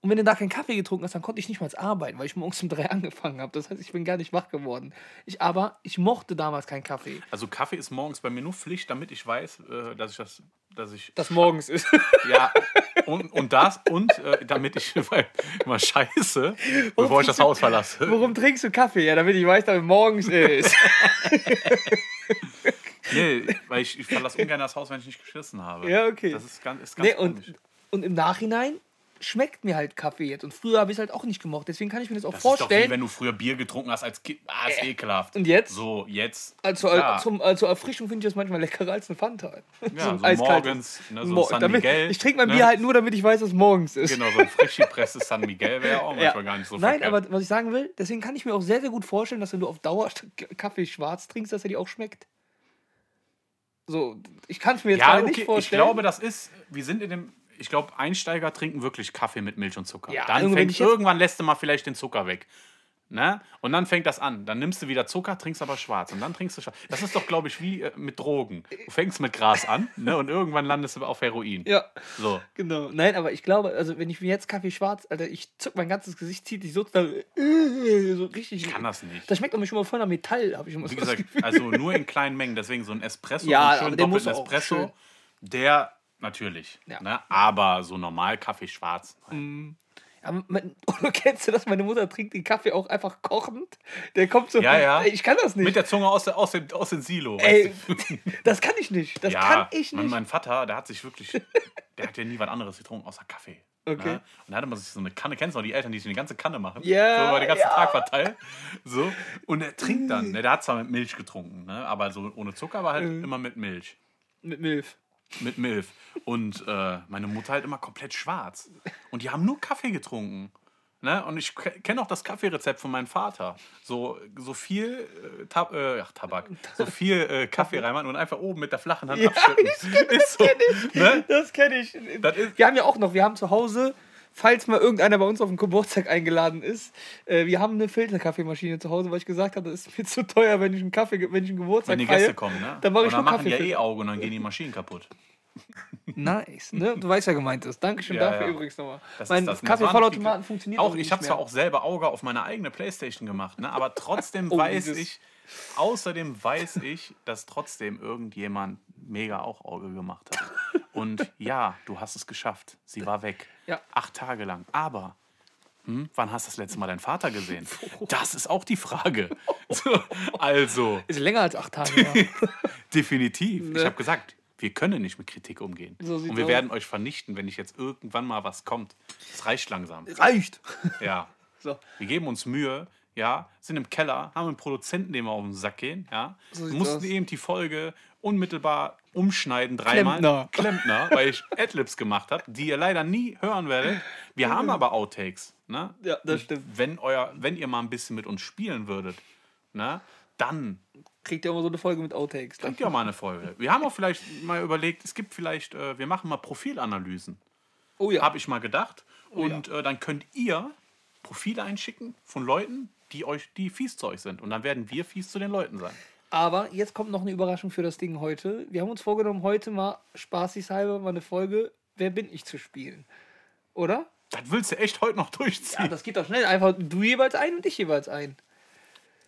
[SPEAKER 1] Und wenn du da keinen Kaffee getrunken hast, dann konnte ich nicht mal arbeiten, weil ich morgens um drei angefangen habe. Das heißt, ich bin gar nicht wach geworden. Ich, aber ich mochte damals keinen Kaffee.
[SPEAKER 2] Also Kaffee ist morgens bei mir nur Pflicht, damit ich weiß, äh, dass ich das, dass ich
[SPEAKER 1] Das morgens ist.
[SPEAKER 2] Ja, und, und das und äh, damit ich immer scheiße, bevor ich das Haus verlasse.
[SPEAKER 1] Warum trinkst du Kaffee? Ja, damit ich weiß, dass es morgens ist.
[SPEAKER 2] Nee, weil ich, ich verlasse ungern das Haus, wenn ich nicht geschissen habe.
[SPEAKER 1] Ja, okay.
[SPEAKER 2] Das ist ganz, ist ganz
[SPEAKER 1] Nee,
[SPEAKER 2] komisch.
[SPEAKER 1] und, und im Nachhinein schmeckt mir halt Kaffee jetzt. Und früher habe ich es halt auch nicht gemocht. Deswegen kann ich mir das auch
[SPEAKER 2] Das ist doch wie,
[SPEAKER 1] vorstellen. Äh,
[SPEAKER 2] wenn du früher Bier getrunken hast als Kind. Ah, ist ekelhaft.
[SPEAKER 1] und jetzt?
[SPEAKER 2] So, jetzt.
[SPEAKER 1] Also,
[SPEAKER 2] klar.
[SPEAKER 1] äh, zum, äh, zur Erfrischung finde ich das manchmal leckerer als eine Fanta.
[SPEAKER 2] ja, so
[SPEAKER 1] eiskaltes.
[SPEAKER 2] morgens, ne, so
[SPEAKER 1] Mo-
[SPEAKER 2] ein San
[SPEAKER 1] damit,
[SPEAKER 2] Miguel.
[SPEAKER 1] ich trinke mein
[SPEAKER 2] ne?
[SPEAKER 1] Bier halt nur, damit ich weiß, dass es morgens ist.
[SPEAKER 2] Genau, so ein frisch gepresstes San Miguel wäre auch manchmal gar nicht so
[SPEAKER 1] Nein,
[SPEAKER 2] verkehrt.
[SPEAKER 1] aber was ich sagen will, deswegen kann ich mir auch sehr, sehr gut vorstellen, dass wenn du auf Dauer K- Kaffee schwarz trinkst, dass er dir auch schmeckt. So, ich kann es mir jetzt
[SPEAKER 2] Ja,
[SPEAKER 1] gerade
[SPEAKER 2] okay,
[SPEAKER 1] nicht vorstellen.
[SPEAKER 2] ich glaube, das ist, wir sind in dem, ich glaube, Einsteiger trinken wirklich Kaffee mit Milch und Zucker.
[SPEAKER 1] Ja,
[SPEAKER 2] dann
[SPEAKER 1] also wenn
[SPEAKER 2] fängt,
[SPEAKER 1] ich jetzt-
[SPEAKER 2] irgendwann lässt du mal vielleicht den Zucker weg. Ne? Und dann fängt das an. Dann nimmst du wieder Zucker, trinkst aber schwarz. Und dann trinkst du schwarz. Das ist doch, glaube ich, wie äh, mit Drogen. Du fängst mit Gras an ne? und irgendwann landest du auf Heroin.
[SPEAKER 1] ja,
[SPEAKER 2] So.
[SPEAKER 1] genau. Nein, aber ich glaube, also wenn ich mir jetzt Kaffee schwarz, Alter, ich zuck mein ganzes Gesicht, zieht dich so zusammen. Äh, so richtig. Ich
[SPEAKER 2] Kann das nicht.
[SPEAKER 1] Das schmeckt aber schon mal voller Metall, habe ich immer
[SPEAKER 2] Wie
[SPEAKER 1] so das
[SPEAKER 2] gesagt,
[SPEAKER 1] Gefühl.
[SPEAKER 2] also nur in kleinen Mengen. Deswegen so ein Espresso,
[SPEAKER 1] Ja,
[SPEAKER 2] so
[SPEAKER 1] aber
[SPEAKER 2] einen schönen
[SPEAKER 1] der muss
[SPEAKER 2] doppelten
[SPEAKER 1] auch
[SPEAKER 2] Espresso,
[SPEAKER 1] schön-
[SPEAKER 2] der natürlich.
[SPEAKER 1] Ja.
[SPEAKER 2] Ne? Aber so normal Kaffee schwarz.
[SPEAKER 1] Ja, mein, oder kennst du das? Meine Mutter trinkt den Kaffee auch einfach kochend. Der kommt so.
[SPEAKER 2] Ja, ja.
[SPEAKER 1] Ey, Ich kann das nicht.
[SPEAKER 2] Mit der Zunge aus, der, aus, dem, aus dem Silo.
[SPEAKER 1] Ey,
[SPEAKER 2] weißt du?
[SPEAKER 1] das kann ich nicht. Das kann ich
[SPEAKER 2] Mein,
[SPEAKER 1] nicht.
[SPEAKER 2] mein Vater, der hat sich wirklich, der hat ja nie was anderes getrunken, außer Kaffee.
[SPEAKER 1] Okay.
[SPEAKER 2] Ne? Und da hatte man sich so eine Kanne, kennst du noch die Eltern, die sich eine ganze Kanne machen?
[SPEAKER 1] Ja,
[SPEAKER 2] So über den ganzen
[SPEAKER 1] ja.
[SPEAKER 2] Tag verteilt. So. Und er trinkt dann. Ne? Der hat zwar mit Milch getrunken, ne? aber so ohne Zucker, aber halt
[SPEAKER 1] Äh.
[SPEAKER 2] immer mit Milch.
[SPEAKER 1] Mit Milf.
[SPEAKER 2] Mit Milch. Und äh, meine Mutter halt immer komplett schwarz. Und die haben nur Kaffee getrunken. Ne? Und ich k- kenne auch das Kaffeerezept von meinem Vater. So, so viel äh, Tab äh, ach, Tabak, so viel äh, Kaffee reinmachen und einfach oben mit der flachen Hand abschütten. Ist so, ne?
[SPEAKER 1] Das kenne ich.
[SPEAKER 2] Das ist-
[SPEAKER 1] wir haben ja auch noch, wir haben zu Hause, falls mal irgendeiner bei uns auf den Geburtstag eingeladen ist, äh, wir haben eine Filterkaffeemaschine zu Hause, weil ich gesagt habe, das ist mir zu teuer, wenn ich einen Kaffee, ge- wenn ich einen Geburtstag
[SPEAKER 2] Wenn die
[SPEAKER 1] feiere,
[SPEAKER 2] Gäste kommen, ne?
[SPEAKER 1] Dann mache ich
[SPEAKER 2] und dann
[SPEAKER 1] nur
[SPEAKER 2] machen die
[SPEAKER 1] Kaffee.
[SPEAKER 2] ja eh Augen und dann gehen die Maschinen kaputt.
[SPEAKER 1] nice, ne? Du weißt ja gemeint ist. Dankeschön
[SPEAKER 2] Ja,
[SPEAKER 1] dafür
[SPEAKER 2] ja.
[SPEAKER 1] übrigens nochmal.
[SPEAKER 2] Das
[SPEAKER 1] mein
[SPEAKER 2] ist das. Und das waren nicht die
[SPEAKER 1] Kaffeevollautomaten
[SPEAKER 2] Kle-
[SPEAKER 1] funktioniert
[SPEAKER 2] auch.
[SPEAKER 1] nicht
[SPEAKER 2] Ich habe
[SPEAKER 1] mehr.
[SPEAKER 2] zwar auch selber Auge auf meine eigene Playstation gemacht, ne? aber trotzdem
[SPEAKER 1] Oh,
[SPEAKER 2] weiß
[SPEAKER 1] dieses-
[SPEAKER 2] ich, außerdem weiß ich, dass trotzdem irgendjemand mega auch Auge gemacht hat. Und ja, du hast es geschafft. Sie war weg.
[SPEAKER 1] Ja.
[SPEAKER 2] Acht Tage lang. Aber. Hm, wann hast du das letzte Mal deinen Vater gesehen? Das ist auch die Frage.
[SPEAKER 1] Oh.
[SPEAKER 2] So, also,
[SPEAKER 1] Ist länger als acht Tage. Ja.
[SPEAKER 2] definitiv.
[SPEAKER 1] Ne?
[SPEAKER 2] Ich habe gesagt, wir können nicht mit Kritik umgehen.
[SPEAKER 1] So sieht's
[SPEAKER 2] Und wir
[SPEAKER 1] aus.
[SPEAKER 2] werden euch vernichten, wenn nicht jetzt irgendwann mal was kommt. Es reicht langsam.
[SPEAKER 1] Reicht.
[SPEAKER 2] Ja.
[SPEAKER 1] So.
[SPEAKER 2] Wir geben uns Mühe, ja, sind im Keller, haben einen Produzenten, dem wir auf den Sack gehen, ja.
[SPEAKER 1] So sieht's
[SPEAKER 2] mussten
[SPEAKER 1] aus.
[SPEAKER 2] eben die Folge unmittelbar umschneiden, dreimal.
[SPEAKER 1] Klempner.
[SPEAKER 2] Klempner, weil ich Adlibs gemacht habe, die ihr leider nie hören werdet. Wir haben aber Outtakes, ne?
[SPEAKER 1] Ja, das stimmt.
[SPEAKER 2] Wenn, euer, wenn ihr mal ein bisschen mit uns spielen würdet, ne? Dann
[SPEAKER 1] Kriegt ihr immer so eine Folge mit Outtakes.
[SPEAKER 2] bringt ihr auch mal eine Folge. Wir haben auch vielleicht mal überlegt, es gibt vielleicht, äh, wir machen mal Profilanalysen
[SPEAKER 1] Oh ja.
[SPEAKER 2] habe ich mal gedacht.
[SPEAKER 1] Oh
[SPEAKER 2] Und äh, dann könnt ihr Profile einschicken von Leuten, die euch, die fies zu euch sind. Und dann werden wir fies zu den Leuten sein.
[SPEAKER 1] Aber jetzt kommt noch eine Überraschung für das Ding heute. Wir haben uns vorgenommen, heute mal spaßigshalber mal eine Folge Wer bin ich zu spielen. Oder?
[SPEAKER 2] Das willst du echt heute noch durchziehen.
[SPEAKER 1] Ja,
[SPEAKER 2] Ja,
[SPEAKER 1] das geht doch schnell. Einfach du jeweils ein und ich jeweils ein.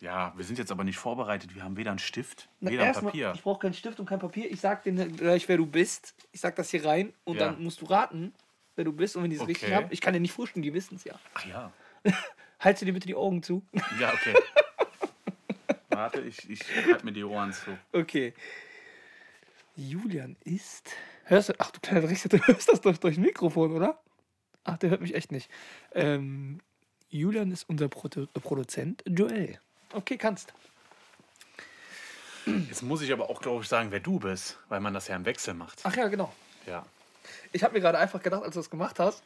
[SPEAKER 2] wir sind jetzt aber nicht vorbereitet. Wir haben weder einen Stift,
[SPEAKER 1] Na,
[SPEAKER 2] weder ein
[SPEAKER 1] erstmal,
[SPEAKER 2] Papier.
[SPEAKER 1] Ich brauche keinen Stift und kein Papier. Ich sag denen gleich, wer du bist. Ich sag das hier rein und
[SPEAKER 2] Ja.
[SPEAKER 1] dann musst du raten, wer du bist. Und wenn die es
[SPEAKER 2] Okay.
[SPEAKER 1] richtig haben, ich kann dir nicht frühstücken, die wissen es ja.
[SPEAKER 2] Ach ja.
[SPEAKER 1] Halte dir bitte die Augen zu.
[SPEAKER 2] Ja, okay. Warte, ich, ich halte mir die Ohren zu.
[SPEAKER 1] Okay. Julian ist. Hörst du. Ach du kleiner Drecksack, du hörst das durch, durch Mikrofon, oder? Ach, der hört mich echt nicht. Ähm, Julian ist unser Produ Produzent Joel. Okay, kannst.
[SPEAKER 2] Jetzt muss ich aber auch, glaube ich, sagen, wer du bist, weil man das ja im Wechsel macht.
[SPEAKER 1] Ach ja, genau.
[SPEAKER 2] Ja.
[SPEAKER 1] Ich habe mir gerade einfach gedacht, als du das gemacht hast,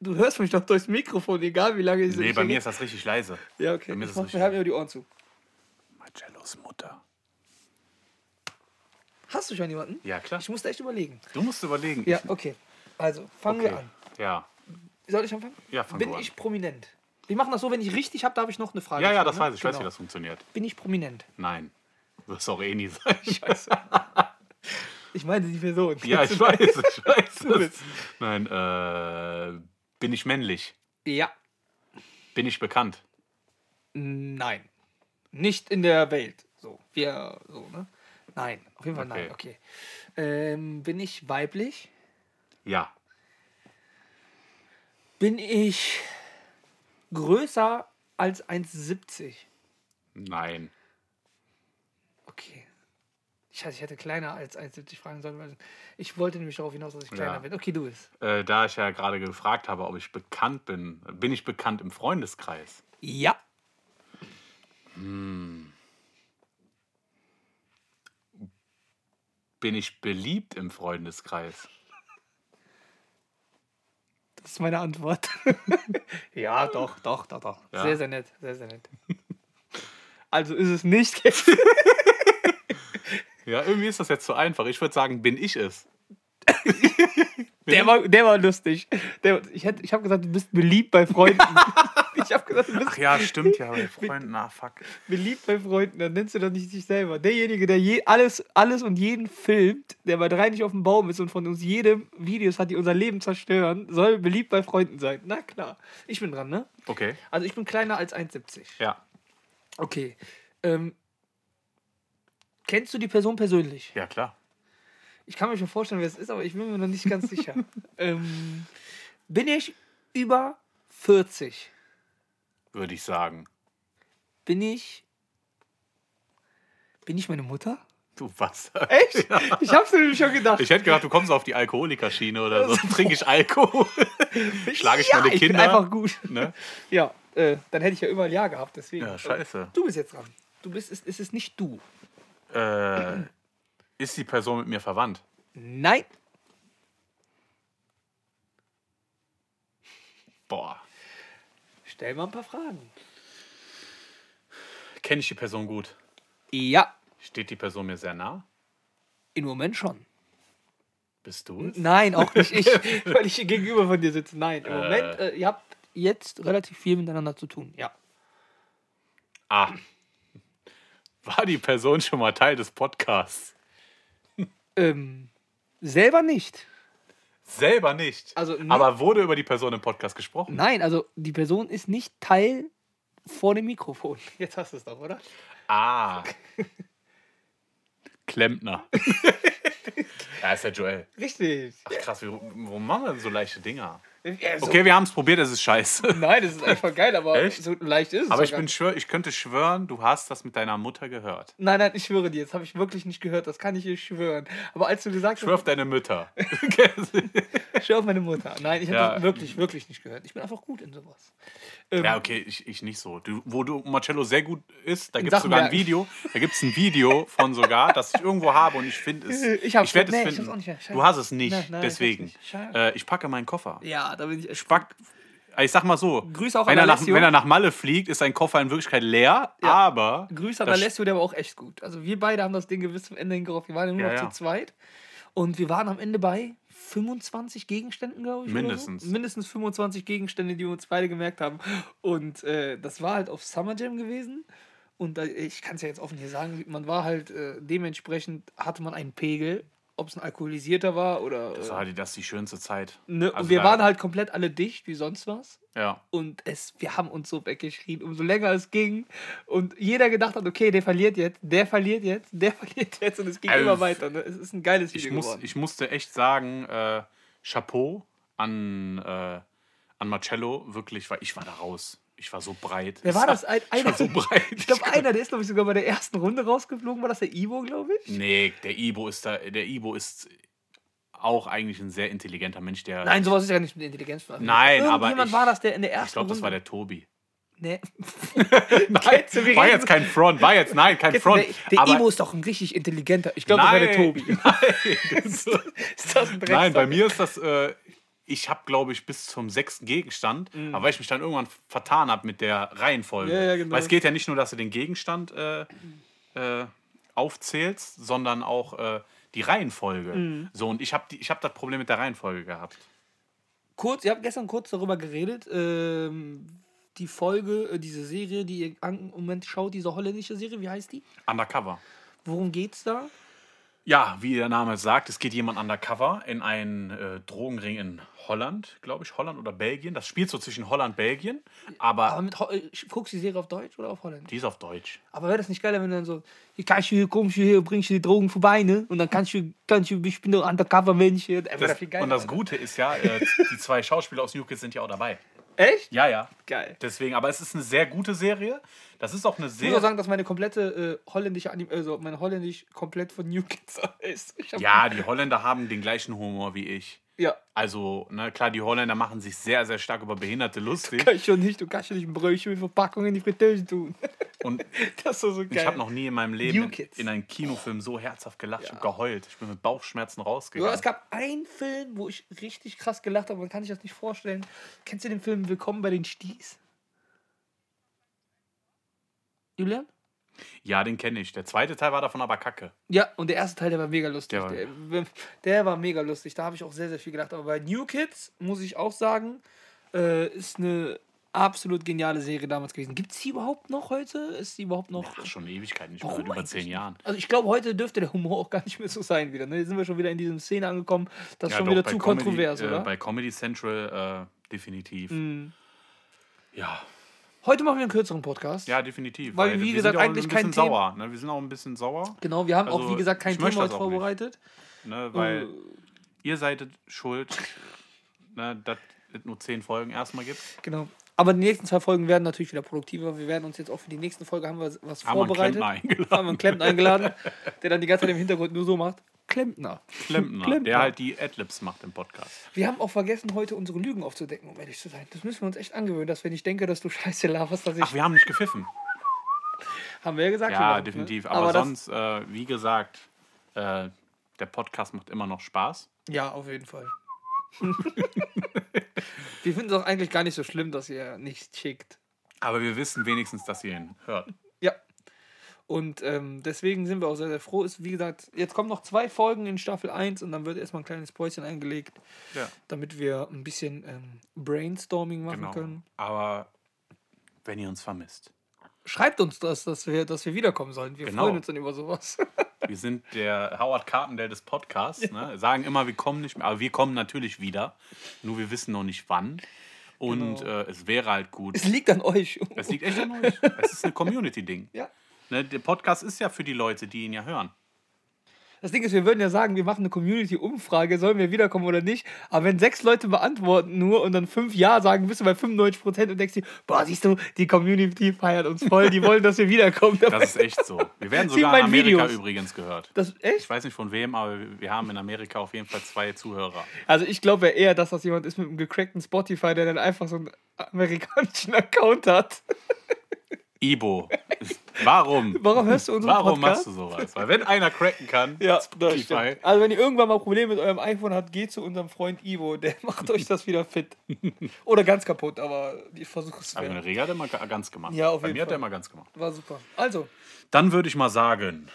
[SPEAKER 1] du hörst mich doch durchs Mikrofon, egal wie lange ich
[SPEAKER 2] Nee, bei mir ist das richtig leise.
[SPEAKER 1] Ja, okay.
[SPEAKER 2] bei mir
[SPEAKER 1] ich
[SPEAKER 2] ist
[SPEAKER 1] mach halt-
[SPEAKER 2] das
[SPEAKER 1] mir
[SPEAKER 2] richtig.
[SPEAKER 1] halt mir die Ohren zu.
[SPEAKER 2] Marcellos Mutter.
[SPEAKER 1] Hast du schon jemanden?
[SPEAKER 2] Ja, klar.
[SPEAKER 1] Ich musste echt überlegen.
[SPEAKER 2] Du musst überlegen.
[SPEAKER 1] Ja,
[SPEAKER 2] Ich-
[SPEAKER 1] okay. Also, fangen wir
[SPEAKER 2] okay.
[SPEAKER 1] an.
[SPEAKER 2] Ja.
[SPEAKER 1] Soll ich anfangen?
[SPEAKER 2] Ja, fang
[SPEAKER 1] Bin
[SPEAKER 2] du an.
[SPEAKER 1] ich prominent? Wir machen das so, wenn ich richtig habe, darf ich noch eine Frage.
[SPEAKER 2] Ja, ja,
[SPEAKER 1] stellen,
[SPEAKER 2] das
[SPEAKER 1] ne?
[SPEAKER 2] weiß ich. Ich weiß, wie
[SPEAKER 1] Genau.
[SPEAKER 2] das funktioniert.
[SPEAKER 1] Bin ich prominent?
[SPEAKER 2] Nein. Wirst auch eh nie sein.
[SPEAKER 1] Scheiße. Ich meine die Person.
[SPEAKER 2] Ja, ich weiß, ich weiß.
[SPEAKER 1] Du
[SPEAKER 2] Es.
[SPEAKER 1] bist-
[SPEAKER 2] Nein, äh, bin ich männlich?
[SPEAKER 1] Ja.
[SPEAKER 2] Bin ich bekannt?
[SPEAKER 1] Nein. Nicht in der Welt. So. Wir, so, ne? Nein. Auf jeden Fall nein. Okay. Ähm, bin ich weiblich?
[SPEAKER 2] Ja.
[SPEAKER 1] Bin ich größer als 1,70?
[SPEAKER 2] Nein.
[SPEAKER 1] Okay. Scheiße, ich hätte kleiner als 1,70 fragen sollen, weil ich wollte nämlich darauf hinaus, dass ich kleiner
[SPEAKER 2] Ja.
[SPEAKER 1] bin. Okay, du bist.
[SPEAKER 2] Äh, da ich ja gerade gefragt habe, ob ich bekannt bin, bin ich bekannt im Freundeskreis?
[SPEAKER 1] Ja.
[SPEAKER 2] Bin ich beliebt im Freundeskreis?
[SPEAKER 1] Das ist meine Antwort. ja, doch, doch, doch, doch.
[SPEAKER 2] Ja.
[SPEAKER 1] Sehr, sehr nett, sehr, sehr nett. Also ist es nicht.
[SPEAKER 2] Ja, irgendwie ist das jetzt so einfach. Ich würde sagen, bin ich es.
[SPEAKER 1] Der war, der war lustig. Der, ich hätte- ich habe gesagt, du bist beliebt bei Freunden. ich habe gesagt, du bist
[SPEAKER 2] Ach ja, stimmt ja, bei Freunden. Na, fuck.
[SPEAKER 1] beliebt bei Freunden. Dann nennst du doch nicht dich selber. Derjenige, der je, alles, alles und jeden filmt, der bei drei nicht auf dem Baum ist und von uns jedem Videos hat, die unser Leben zerstören, soll beliebt bei Freunden sein. Na klar. Ich bin dran, ne?
[SPEAKER 2] Okay.
[SPEAKER 1] Also ich bin kleiner als 1,70.
[SPEAKER 2] Ja.
[SPEAKER 1] Okay. Ähm, kennst du die Person persönlich?
[SPEAKER 2] Ja, klar.
[SPEAKER 1] Ich kann mir schon vorstellen, wer es ist, aber ich bin mir noch nicht ganz sicher. ähm, bin ich über 40?
[SPEAKER 2] Würde ich sagen.
[SPEAKER 1] Bin ich. Bin ich meine Mutter?
[SPEAKER 2] Du was?
[SPEAKER 1] Echt? Ich hab's nämlich schon gedacht.
[SPEAKER 2] Ich hätte gedacht, du kommst auf die Alkoholikerschiene oder so. Trinke ich Alkohol? Schlage ich
[SPEAKER 1] ja,
[SPEAKER 2] meine
[SPEAKER 1] ich
[SPEAKER 2] Kinder?
[SPEAKER 1] Bin einfach gut.
[SPEAKER 2] Ne?
[SPEAKER 1] Ja, äh, dann hätte ich ja überall Ja gehabt, deswegen.
[SPEAKER 2] Ja, scheiße.
[SPEAKER 1] Du bist jetzt dran. Du bist, es, es ist nicht du.
[SPEAKER 2] Äh, ist die Person mit mir verwandt?
[SPEAKER 1] Nein.
[SPEAKER 2] Boah.
[SPEAKER 1] Stell mal ein paar Fragen.
[SPEAKER 2] Kenne ich die Person gut?
[SPEAKER 1] Ja,
[SPEAKER 2] Steht die Person mir sehr nah?
[SPEAKER 1] im Moment schon.
[SPEAKER 2] Bist du es?
[SPEAKER 1] Nein, auch nicht ich, weil ich hier gegenüber von dir sitze. Nein, im Moment, äh, ihr habt jetzt relativ viel miteinander zu tun. Ja.
[SPEAKER 2] Ah. War die Person schon mal Teil des Podcasts?
[SPEAKER 1] Ähm, selber nicht.
[SPEAKER 2] Selber nicht.
[SPEAKER 1] Also, ne-
[SPEAKER 2] Aber wurde über die Person im Podcast gesprochen?
[SPEAKER 1] Nein, also die Person ist nicht Teil vor dem Mikrofon. Jetzt hast du es doch, oder?
[SPEAKER 2] Ah. Klempner. ja, ist der Joel.
[SPEAKER 1] Richtig.
[SPEAKER 2] Ach krass, wie, warum machen wir denn so leichte Dinger?
[SPEAKER 1] Ja, so-
[SPEAKER 2] Okay, wir haben es probiert, es ist scheiße.
[SPEAKER 1] Nein, das ist einfach geil, aber
[SPEAKER 2] Echt?
[SPEAKER 1] so leicht ist es.
[SPEAKER 2] Aber ich,
[SPEAKER 1] Also sogar.
[SPEAKER 2] bin schwör, ich könnte schwören, du hast das mit deiner Mutter gehört.
[SPEAKER 1] Nein, nein, ich schwöre dir, das habe ich wirklich nicht gehört, das kann ich dir schwören. Aber als du gesagt
[SPEAKER 2] Schwör auf deine Mütter.
[SPEAKER 1] hast, schwör auf meine Mutter. Nein, ich habe
[SPEAKER 2] Ja.
[SPEAKER 1] das wirklich, wirklich nicht gehört. Ich bin einfach gut in sowas. Ähm,
[SPEAKER 2] Ja, okay, ich, ich nicht so. Du, wo du Marcello sehr gut ist, da
[SPEAKER 1] In
[SPEAKER 2] gibt es
[SPEAKER 1] Sachen
[SPEAKER 2] sogar ein
[SPEAKER 1] Bergen.
[SPEAKER 2] Video. Da gibt es ein Video von sogar, das ich irgendwo habe und ich finde es.
[SPEAKER 1] Ich hab's-
[SPEAKER 2] werd
[SPEAKER 1] nee, ich hab's auch nicht mehr. Scheiße.
[SPEAKER 2] Du hast es nicht,
[SPEAKER 1] Nein, nein, ich hab's
[SPEAKER 2] deswegen.
[SPEAKER 1] nicht. Scheiße.
[SPEAKER 2] Äh, ich packe meinen Koffer.
[SPEAKER 1] Ja, da bin ich echt
[SPEAKER 2] Pack, ich sag mal so,
[SPEAKER 1] Grüße auch
[SPEAKER 2] wenn,
[SPEAKER 1] an
[SPEAKER 2] er nach,
[SPEAKER 1] Alessio.
[SPEAKER 2] wenn er nach Malle fliegt, ist sein Koffer in Wirklichkeit leer, aber.
[SPEAKER 1] Grüße an
[SPEAKER 2] das-
[SPEAKER 1] Alessio, der war auch echt gut. Also wir beide haben das Ding gewiss zum Ende hingerauft. Wir waren ja nur
[SPEAKER 2] Ja,
[SPEAKER 1] noch
[SPEAKER 2] ja.
[SPEAKER 1] zu zweit. Und wir waren am Ende bei 25 Gegenständen, glaube ich. oder
[SPEAKER 2] Mindestens.
[SPEAKER 1] So. Mindestens 25 Gegenstände, die wir uns beide gemerkt haben. Und äh, das war halt auf Summer Jam gewesen. Und da, ich kann es ja jetzt offen hier sagen, man war halt äh, dementsprechend, hatte man einen Pegel, ob es ein alkoholisierter war oder.
[SPEAKER 2] Das
[SPEAKER 1] Äh,
[SPEAKER 2] war die, das ist die schönste Zeit.
[SPEAKER 1] ne?
[SPEAKER 2] Also
[SPEAKER 1] und wir
[SPEAKER 2] da-
[SPEAKER 1] waren halt komplett alle dicht, wie sonst was.
[SPEAKER 2] Ja.
[SPEAKER 1] Und es, wir haben uns so weggeschrien, umso länger es ging. Und jeder gedacht hat, okay, der verliert jetzt, der verliert jetzt, der verliert jetzt. Und es ging
[SPEAKER 2] Also,
[SPEAKER 1] immer weiter. Ne? Es ist ein geiles Video
[SPEAKER 2] Ich, muss,
[SPEAKER 1] geworden.
[SPEAKER 2] ich musste echt sagen, äh, Chapeau an, äh, an Marcello, wirklich, weil ich war da raus. Ich war so breit.
[SPEAKER 1] Wer
[SPEAKER 2] Ich
[SPEAKER 1] war das? Ein,
[SPEAKER 2] Ich
[SPEAKER 1] einer,
[SPEAKER 2] war so breit.
[SPEAKER 1] ich glaube, einer, der ist, glaube ich, sogar bei der ersten Runde rausgeflogen. War das der Ivo, glaube ich?
[SPEAKER 2] Nee, der Ibo ist da, der Ibo ist auch eigentlich ein sehr intelligenter Mensch, der.
[SPEAKER 1] Nein, sowas ist ja nicht mit Intelligenz.
[SPEAKER 2] Nein, aber
[SPEAKER 1] Jemand
[SPEAKER 2] ich-
[SPEAKER 1] war das, der in der ersten
[SPEAKER 2] ich glaube, das war
[SPEAKER 1] Runde.
[SPEAKER 2] der Tobi.
[SPEAKER 1] Nee.
[SPEAKER 2] Nein,
[SPEAKER 1] du, wir
[SPEAKER 2] war
[SPEAKER 1] reden-
[SPEAKER 2] jetzt kein Front, war jetzt, nein, kein Front.
[SPEAKER 1] Der, der
[SPEAKER 2] aber
[SPEAKER 1] Ivo ist doch ein richtig intelligenter. Ich glaube, das war der
[SPEAKER 2] Nein.
[SPEAKER 1] Tobi. ist das ein Dreck?
[SPEAKER 2] Nein, bei mir ist das, äh, ich habe, glaube ich, bis zum sechsten Gegenstand, aber weil ich mich dann irgendwann vertan habe mit der Reihenfolge.
[SPEAKER 1] Mhm. Ja, ja, genau.
[SPEAKER 2] Weil es geht ja nicht nur, dass du den Gegenstand äh, äh, aufzählst, sondern auch äh, die Reihenfolge.
[SPEAKER 1] Mhm.
[SPEAKER 2] So, und ich habe hab das Problem mit der Reihenfolge gehabt.
[SPEAKER 1] kurz, ihr habt gestern kurz darüber geredet, ähm, die Folge, äh, diese Serie, die ihr an- im Moment schaut, diese holländische Serie, wie heißt die?
[SPEAKER 2] Undercover.
[SPEAKER 1] Worum geht's da?
[SPEAKER 2] Ja, wie der Name sagt, es geht jemand undercover in einen äh, Drogenring in Holland, glaube ich, Holland oder Belgien. Das spielt so zwischen Holland und Belgien, aber
[SPEAKER 1] Aber mit, Ho- äh, guckst du die Serie auf Deutsch oder auf Holländisch?
[SPEAKER 2] die ist auf Deutsch.
[SPEAKER 1] Aber wäre das nicht geiler, wenn dann so, hier kannst du hier, kommst du hier, bringst du die Drogen vorbei, ne? Und dann kannst du, kannst du, ich bin doch Undercover-Mensch. hier. Äh, wär doch
[SPEAKER 2] Das,
[SPEAKER 1] viel geiler,
[SPEAKER 2] und das
[SPEAKER 1] Alter.
[SPEAKER 2] Gute ist ja, äh, die zwei Schauspieler aus New Kids sind ja auch dabei.
[SPEAKER 1] Echt?
[SPEAKER 2] Ja, ja.
[SPEAKER 1] Geil.
[SPEAKER 2] Deswegen, aber es ist eine sehr gute Serie. Das ist auch eine
[SPEAKER 1] Ich muss auch
[SPEAKER 2] Serie.
[SPEAKER 1] sagen, dass meine komplette äh, holländische Anime, also mein Holländisch komplett von New Kids ist. Ich hab-
[SPEAKER 2] Ja, die Holländer haben den gleichen Humor wie ich.
[SPEAKER 1] Ja.
[SPEAKER 2] Also, ne, klar, die Holländer machen sich sehr, sehr stark über Behinderte lustig.
[SPEAKER 1] Kann ich schon nicht, du kannst schon nicht ein Brötchen mit Verpackung in die Fritteuse tun.
[SPEAKER 2] Und
[SPEAKER 1] Das ist doch so geil.
[SPEAKER 2] ich habe noch nie in meinem
[SPEAKER 1] New
[SPEAKER 2] Leben in,
[SPEAKER 1] Kids.
[SPEAKER 2] in einem Kinofilm so herzhaft gelacht. Ich habe geheult. Ich bin mit Bauchschmerzen
[SPEAKER 1] Ja,
[SPEAKER 2] rausgegangen.
[SPEAKER 1] es gab einen Film, wo ich richtig krass gelacht habe, man kann sich das nicht vorstellen. Kennst du den Film Willkommen bei den Sties? Julian?
[SPEAKER 2] Ja, den kenne ich. Der zweite Teil war davon aber kacke.
[SPEAKER 1] Ja, und der erste Teil, der war mega lustig.
[SPEAKER 2] Der war-
[SPEAKER 1] Der, der war mega lustig, da habe ich auch sehr, sehr viel gelacht. Aber bei New Kids, muss ich auch sagen, äh, ist eine absolut geniale Serie damals gewesen. Gibt es die überhaupt noch heute? Ist die überhaupt noch...
[SPEAKER 2] Ach, schon Ewigkeiten, nicht
[SPEAKER 1] Warum
[SPEAKER 2] Warum über
[SPEAKER 1] eigentlich
[SPEAKER 2] zehn
[SPEAKER 1] nicht?
[SPEAKER 2] Jahren.
[SPEAKER 1] Also ich glaube, heute dürfte der Humor auch gar nicht mehr so sein wieder. Ne? Jetzt sind wir schon wieder in diesem Szene angekommen. Das ist
[SPEAKER 2] Ja,
[SPEAKER 1] schon
[SPEAKER 2] doch,
[SPEAKER 1] wieder
[SPEAKER 2] bei
[SPEAKER 1] zu
[SPEAKER 2] Comedy,
[SPEAKER 1] kontrovers,
[SPEAKER 2] äh,
[SPEAKER 1] oder? Mhm.
[SPEAKER 2] Bei Comedy Central äh, definitiv. Ja.
[SPEAKER 1] Heute machen wir einen kürzeren Podcast.
[SPEAKER 2] ja, definitiv.
[SPEAKER 1] Weil, wie gesagt,
[SPEAKER 2] sind ja auch
[SPEAKER 1] eigentlich
[SPEAKER 2] ein
[SPEAKER 1] kein
[SPEAKER 2] bisschen
[SPEAKER 1] Thema-
[SPEAKER 2] sauer. Ne? Wir sind auch ein bisschen sauer,
[SPEAKER 1] Genau, wir haben auch,
[SPEAKER 2] Also,
[SPEAKER 1] wie gesagt, kein
[SPEAKER 2] ich möchte
[SPEAKER 1] Thema heute
[SPEAKER 2] das auch nicht.
[SPEAKER 1] vorbereitet.
[SPEAKER 2] ne? weil
[SPEAKER 1] Äh,
[SPEAKER 2] ihr seid schuld, ne? dass es nur zehn Folgen erstmal gibt.
[SPEAKER 1] Genau. Aber die nächsten zwei Folgen werden natürlich wieder produktiver. Wir werden uns jetzt auch für die nächsten Folge haben wir was
[SPEAKER 2] Haben wir einen
[SPEAKER 1] vorbereitet.
[SPEAKER 2] Klempner eingeladen.
[SPEAKER 1] Haben wir einen Klempner eingeladen, der dann die ganze Zeit im Hintergrund nur so macht. Klempner.
[SPEAKER 2] Klempner, der halt die Adlibs macht im Podcast.
[SPEAKER 1] Wir haben auch vergessen, heute unsere Lügen aufzudecken, um ehrlich zu sein. Das müssen wir uns echt angewöhnen, dass wenn ich denke, dass du Scheiße laberst, dass ich.
[SPEAKER 2] Ach, wir haben nicht gepfiffen.
[SPEAKER 1] haben wir ja gesagt.
[SPEAKER 2] Ja,
[SPEAKER 1] überhaupt, ne?
[SPEAKER 2] definitiv. Aber,
[SPEAKER 1] das-
[SPEAKER 2] sonst, äh, wie gesagt, äh, der Podcast macht immer noch Spaß.
[SPEAKER 1] Ja, auf jeden Fall. Wir finden es auch eigentlich gar nicht so schlimm, dass ihr nicht schickt.
[SPEAKER 2] Aber wir wissen wenigstens, dass ihr ihn hört.
[SPEAKER 1] Ja. Und ähm, deswegen sind wir auch sehr, sehr froh. Ist, wie gesagt, jetzt kommen noch zwei Folgen in Staffel 1 und dann wird erstmal ein kleines Päuschen eingelegt,
[SPEAKER 2] Ja,
[SPEAKER 1] damit wir ein bisschen ähm, Brainstorming machen
[SPEAKER 2] genau.
[SPEAKER 1] können.
[SPEAKER 2] Aber wenn ihr uns vermisst,
[SPEAKER 1] Schreibt uns das, dass wir, dass wir wiederkommen sollen. Wir
[SPEAKER 2] Genau.
[SPEAKER 1] freuen uns dann über sowas.
[SPEAKER 2] wir sind der Howard Carpendale des Podcasts. Ne? Sagen immer, wir kommen nicht mehr, aber wir kommen natürlich wieder. Nur wir wissen noch nicht wann. Und
[SPEAKER 1] Genau.
[SPEAKER 2] äh, es wäre halt gut.
[SPEAKER 1] es liegt an euch.
[SPEAKER 2] Es liegt echt an euch. Es ist ein Community-Ding.
[SPEAKER 1] Ja.
[SPEAKER 2] Ne? Der Podcast ist ja für die Leute, die ihn ja hören.
[SPEAKER 1] Das Ding ist, wir würden ja sagen, wir machen eine Community-Umfrage, sollen wir wiederkommen oder nicht. Aber wenn sechs Leute beantworten nur und dann fünf Ja sagen, bist du bei 95 Prozent und denkst dir, boah, siehst du, die Community feiert uns voll, die wollen, dass wir wiederkommen.
[SPEAKER 2] Das ist echt so. Wir werden
[SPEAKER 1] Sieht
[SPEAKER 2] sogar in
[SPEAKER 1] mein
[SPEAKER 2] Amerika
[SPEAKER 1] Videos.
[SPEAKER 2] übrigens gehört.
[SPEAKER 1] Das,
[SPEAKER 2] Ich
[SPEAKER 1] echt?
[SPEAKER 2] weiß nicht von wem, aber wir haben in Amerika auf jeden Fall zwei Zuhörer.
[SPEAKER 1] Also ich glaube ja eher, dass das jemand ist mit einem gecrackten Spotify, der dann einfach so einen amerikanischen Account hat.
[SPEAKER 2] Ibo, warum?
[SPEAKER 1] Warum hörst du unseren
[SPEAKER 2] Warum
[SPEAKER 1] Podcast?
[SPEAKER 2] machst du sowas? Weil wenn einer cracken kann,
[SPEAKER 1] Ja, das
[SPEAKER 2] Spotify.
[SPEAKER 1] stimmt. Also wenn ihr irgendwann mal Probleme mit eurem iPhone habt, geht zu unserem Freund Ivo, der macht euch das wieder fit. Oder ganz kaputt, aber ich versuche es
[SPEAKER 2] Aber eine
[SPEAKER 1] wert.
[SPEAKER 2] Rega hat er immer ga- ganz gemacht.
[SPEAKER 1] Ja, auf
[SPEAKER 2] Bei
[SPEAKER 1] jeden
[SPEAKER 2] mir hat er
[SPEAKER 1] Fall.
[SPEAKER 2] immer ganz gemacht.
[SPEAKER 1] War super. Also,
[SPEAKER 2] Dann würde ich mal sagen,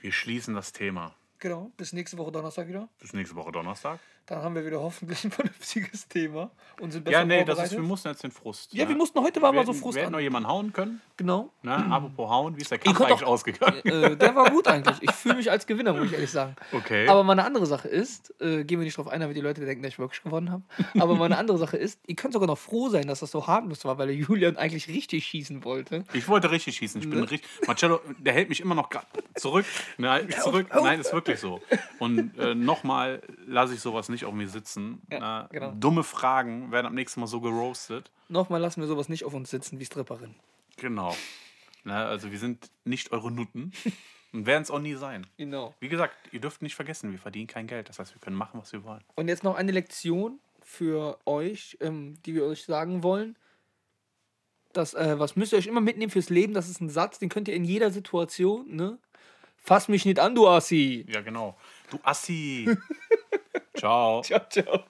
[SPEAKER 2] wir schließen das Thema.
[SPEAKER 1] genau, bis nächste Woche Donnerstag wieder.
[SPEAKER 2] Bis nächste Woche Donnerstag.
[SPEAKER 1] Dann haben wir wieder hoffentlich ein vernünftiges Thema und sind besser
[SPEAKER 2] Ja, nee, das
[SPEAKER 1] vorbereitet.
[SPEAKER 2] ist, wir mussten jetzt den Frust.
[SPEAKER 1] ja,
[SPEAKER 2] ne?
[SPEAKER 1] wir mussten heute war
[SPEAKER 2] wir
[SPEAKER 1] mal so
[SPEAKER 2] hätten-
[SPEAKER 1] Frust
[SPEAKER 2] Wir hätten noch
[SPEAKER 1] an.
[SPEAKER 2] jemanden hauen können.
[SPEAKER 1] Genau.
[SPEAKER 2] Ne? Apropos hauen, wie ist der Kampf
[SPEAKER 1] könnt
[SPEAKER 2] eigentlich
[SPEAKER 1] auch-
[SPEAKER 2] ausgegangen?
[SPEAKER 1] Äh, der war gut eigentlich. Ich fühle mich als Gewinner, muss ich ehrlich sagen.
[SPEAKER 2] Okay.
[SPEAKER 1] Aber mal eine andere Sache ist, äh, gehen wir nicht drauf ein, damit die Leute denken, dass ich wirklich gewonnen habe. Aber mal eine andere Sache ist, ihr könnt sogar noch froh sein, dass das so harmlos war, weil der Julian eigentlich richtig schießen wollte.
[SPEAKER 2] Ich wollte richtig schießen. Ich bin richtig. Marcello, der hält mich immer noch gra- zurück. Nein, zurück. Nein, ist wirklich so. Und äh, nochmal lasse ich sowas nicht auf mir sitzen. Na,
[SPEAKER 1] genau.
[SPEAKER 2] Dumme Fragen werden am nächsten Mal so geroastet.
[SPEAKER 1] Nochmal lassen wir sowas nicht auf uns sitzen wie Stripperin.
[SPEAKER 2] Genau. Na, also wir sind nicht eure Nutten und werden es auch nie sein.
[SPEAKER 1] Genau.
[SPEAKER 2] Wie gesagt, ihr dürft nicht vergessen, wir verdienen kein Geld. Das heißt, wir können machen, was wir wollen.
[SPEAKER 1] Und jetzt noch eine Lektion für euch, ähm, die wir euch sagen wollen. Das, äh, was müsst ihr euch immer mitnehmen fürs Leben? Das ist ein Satz, den könnt ihr in jeder Situation, ne? Fass mich nicht an, du Assi.
[SPEAKER 2] Ja, genau. Du Assi. Ciao.
[SPEAKER 1] Ciao, ciao.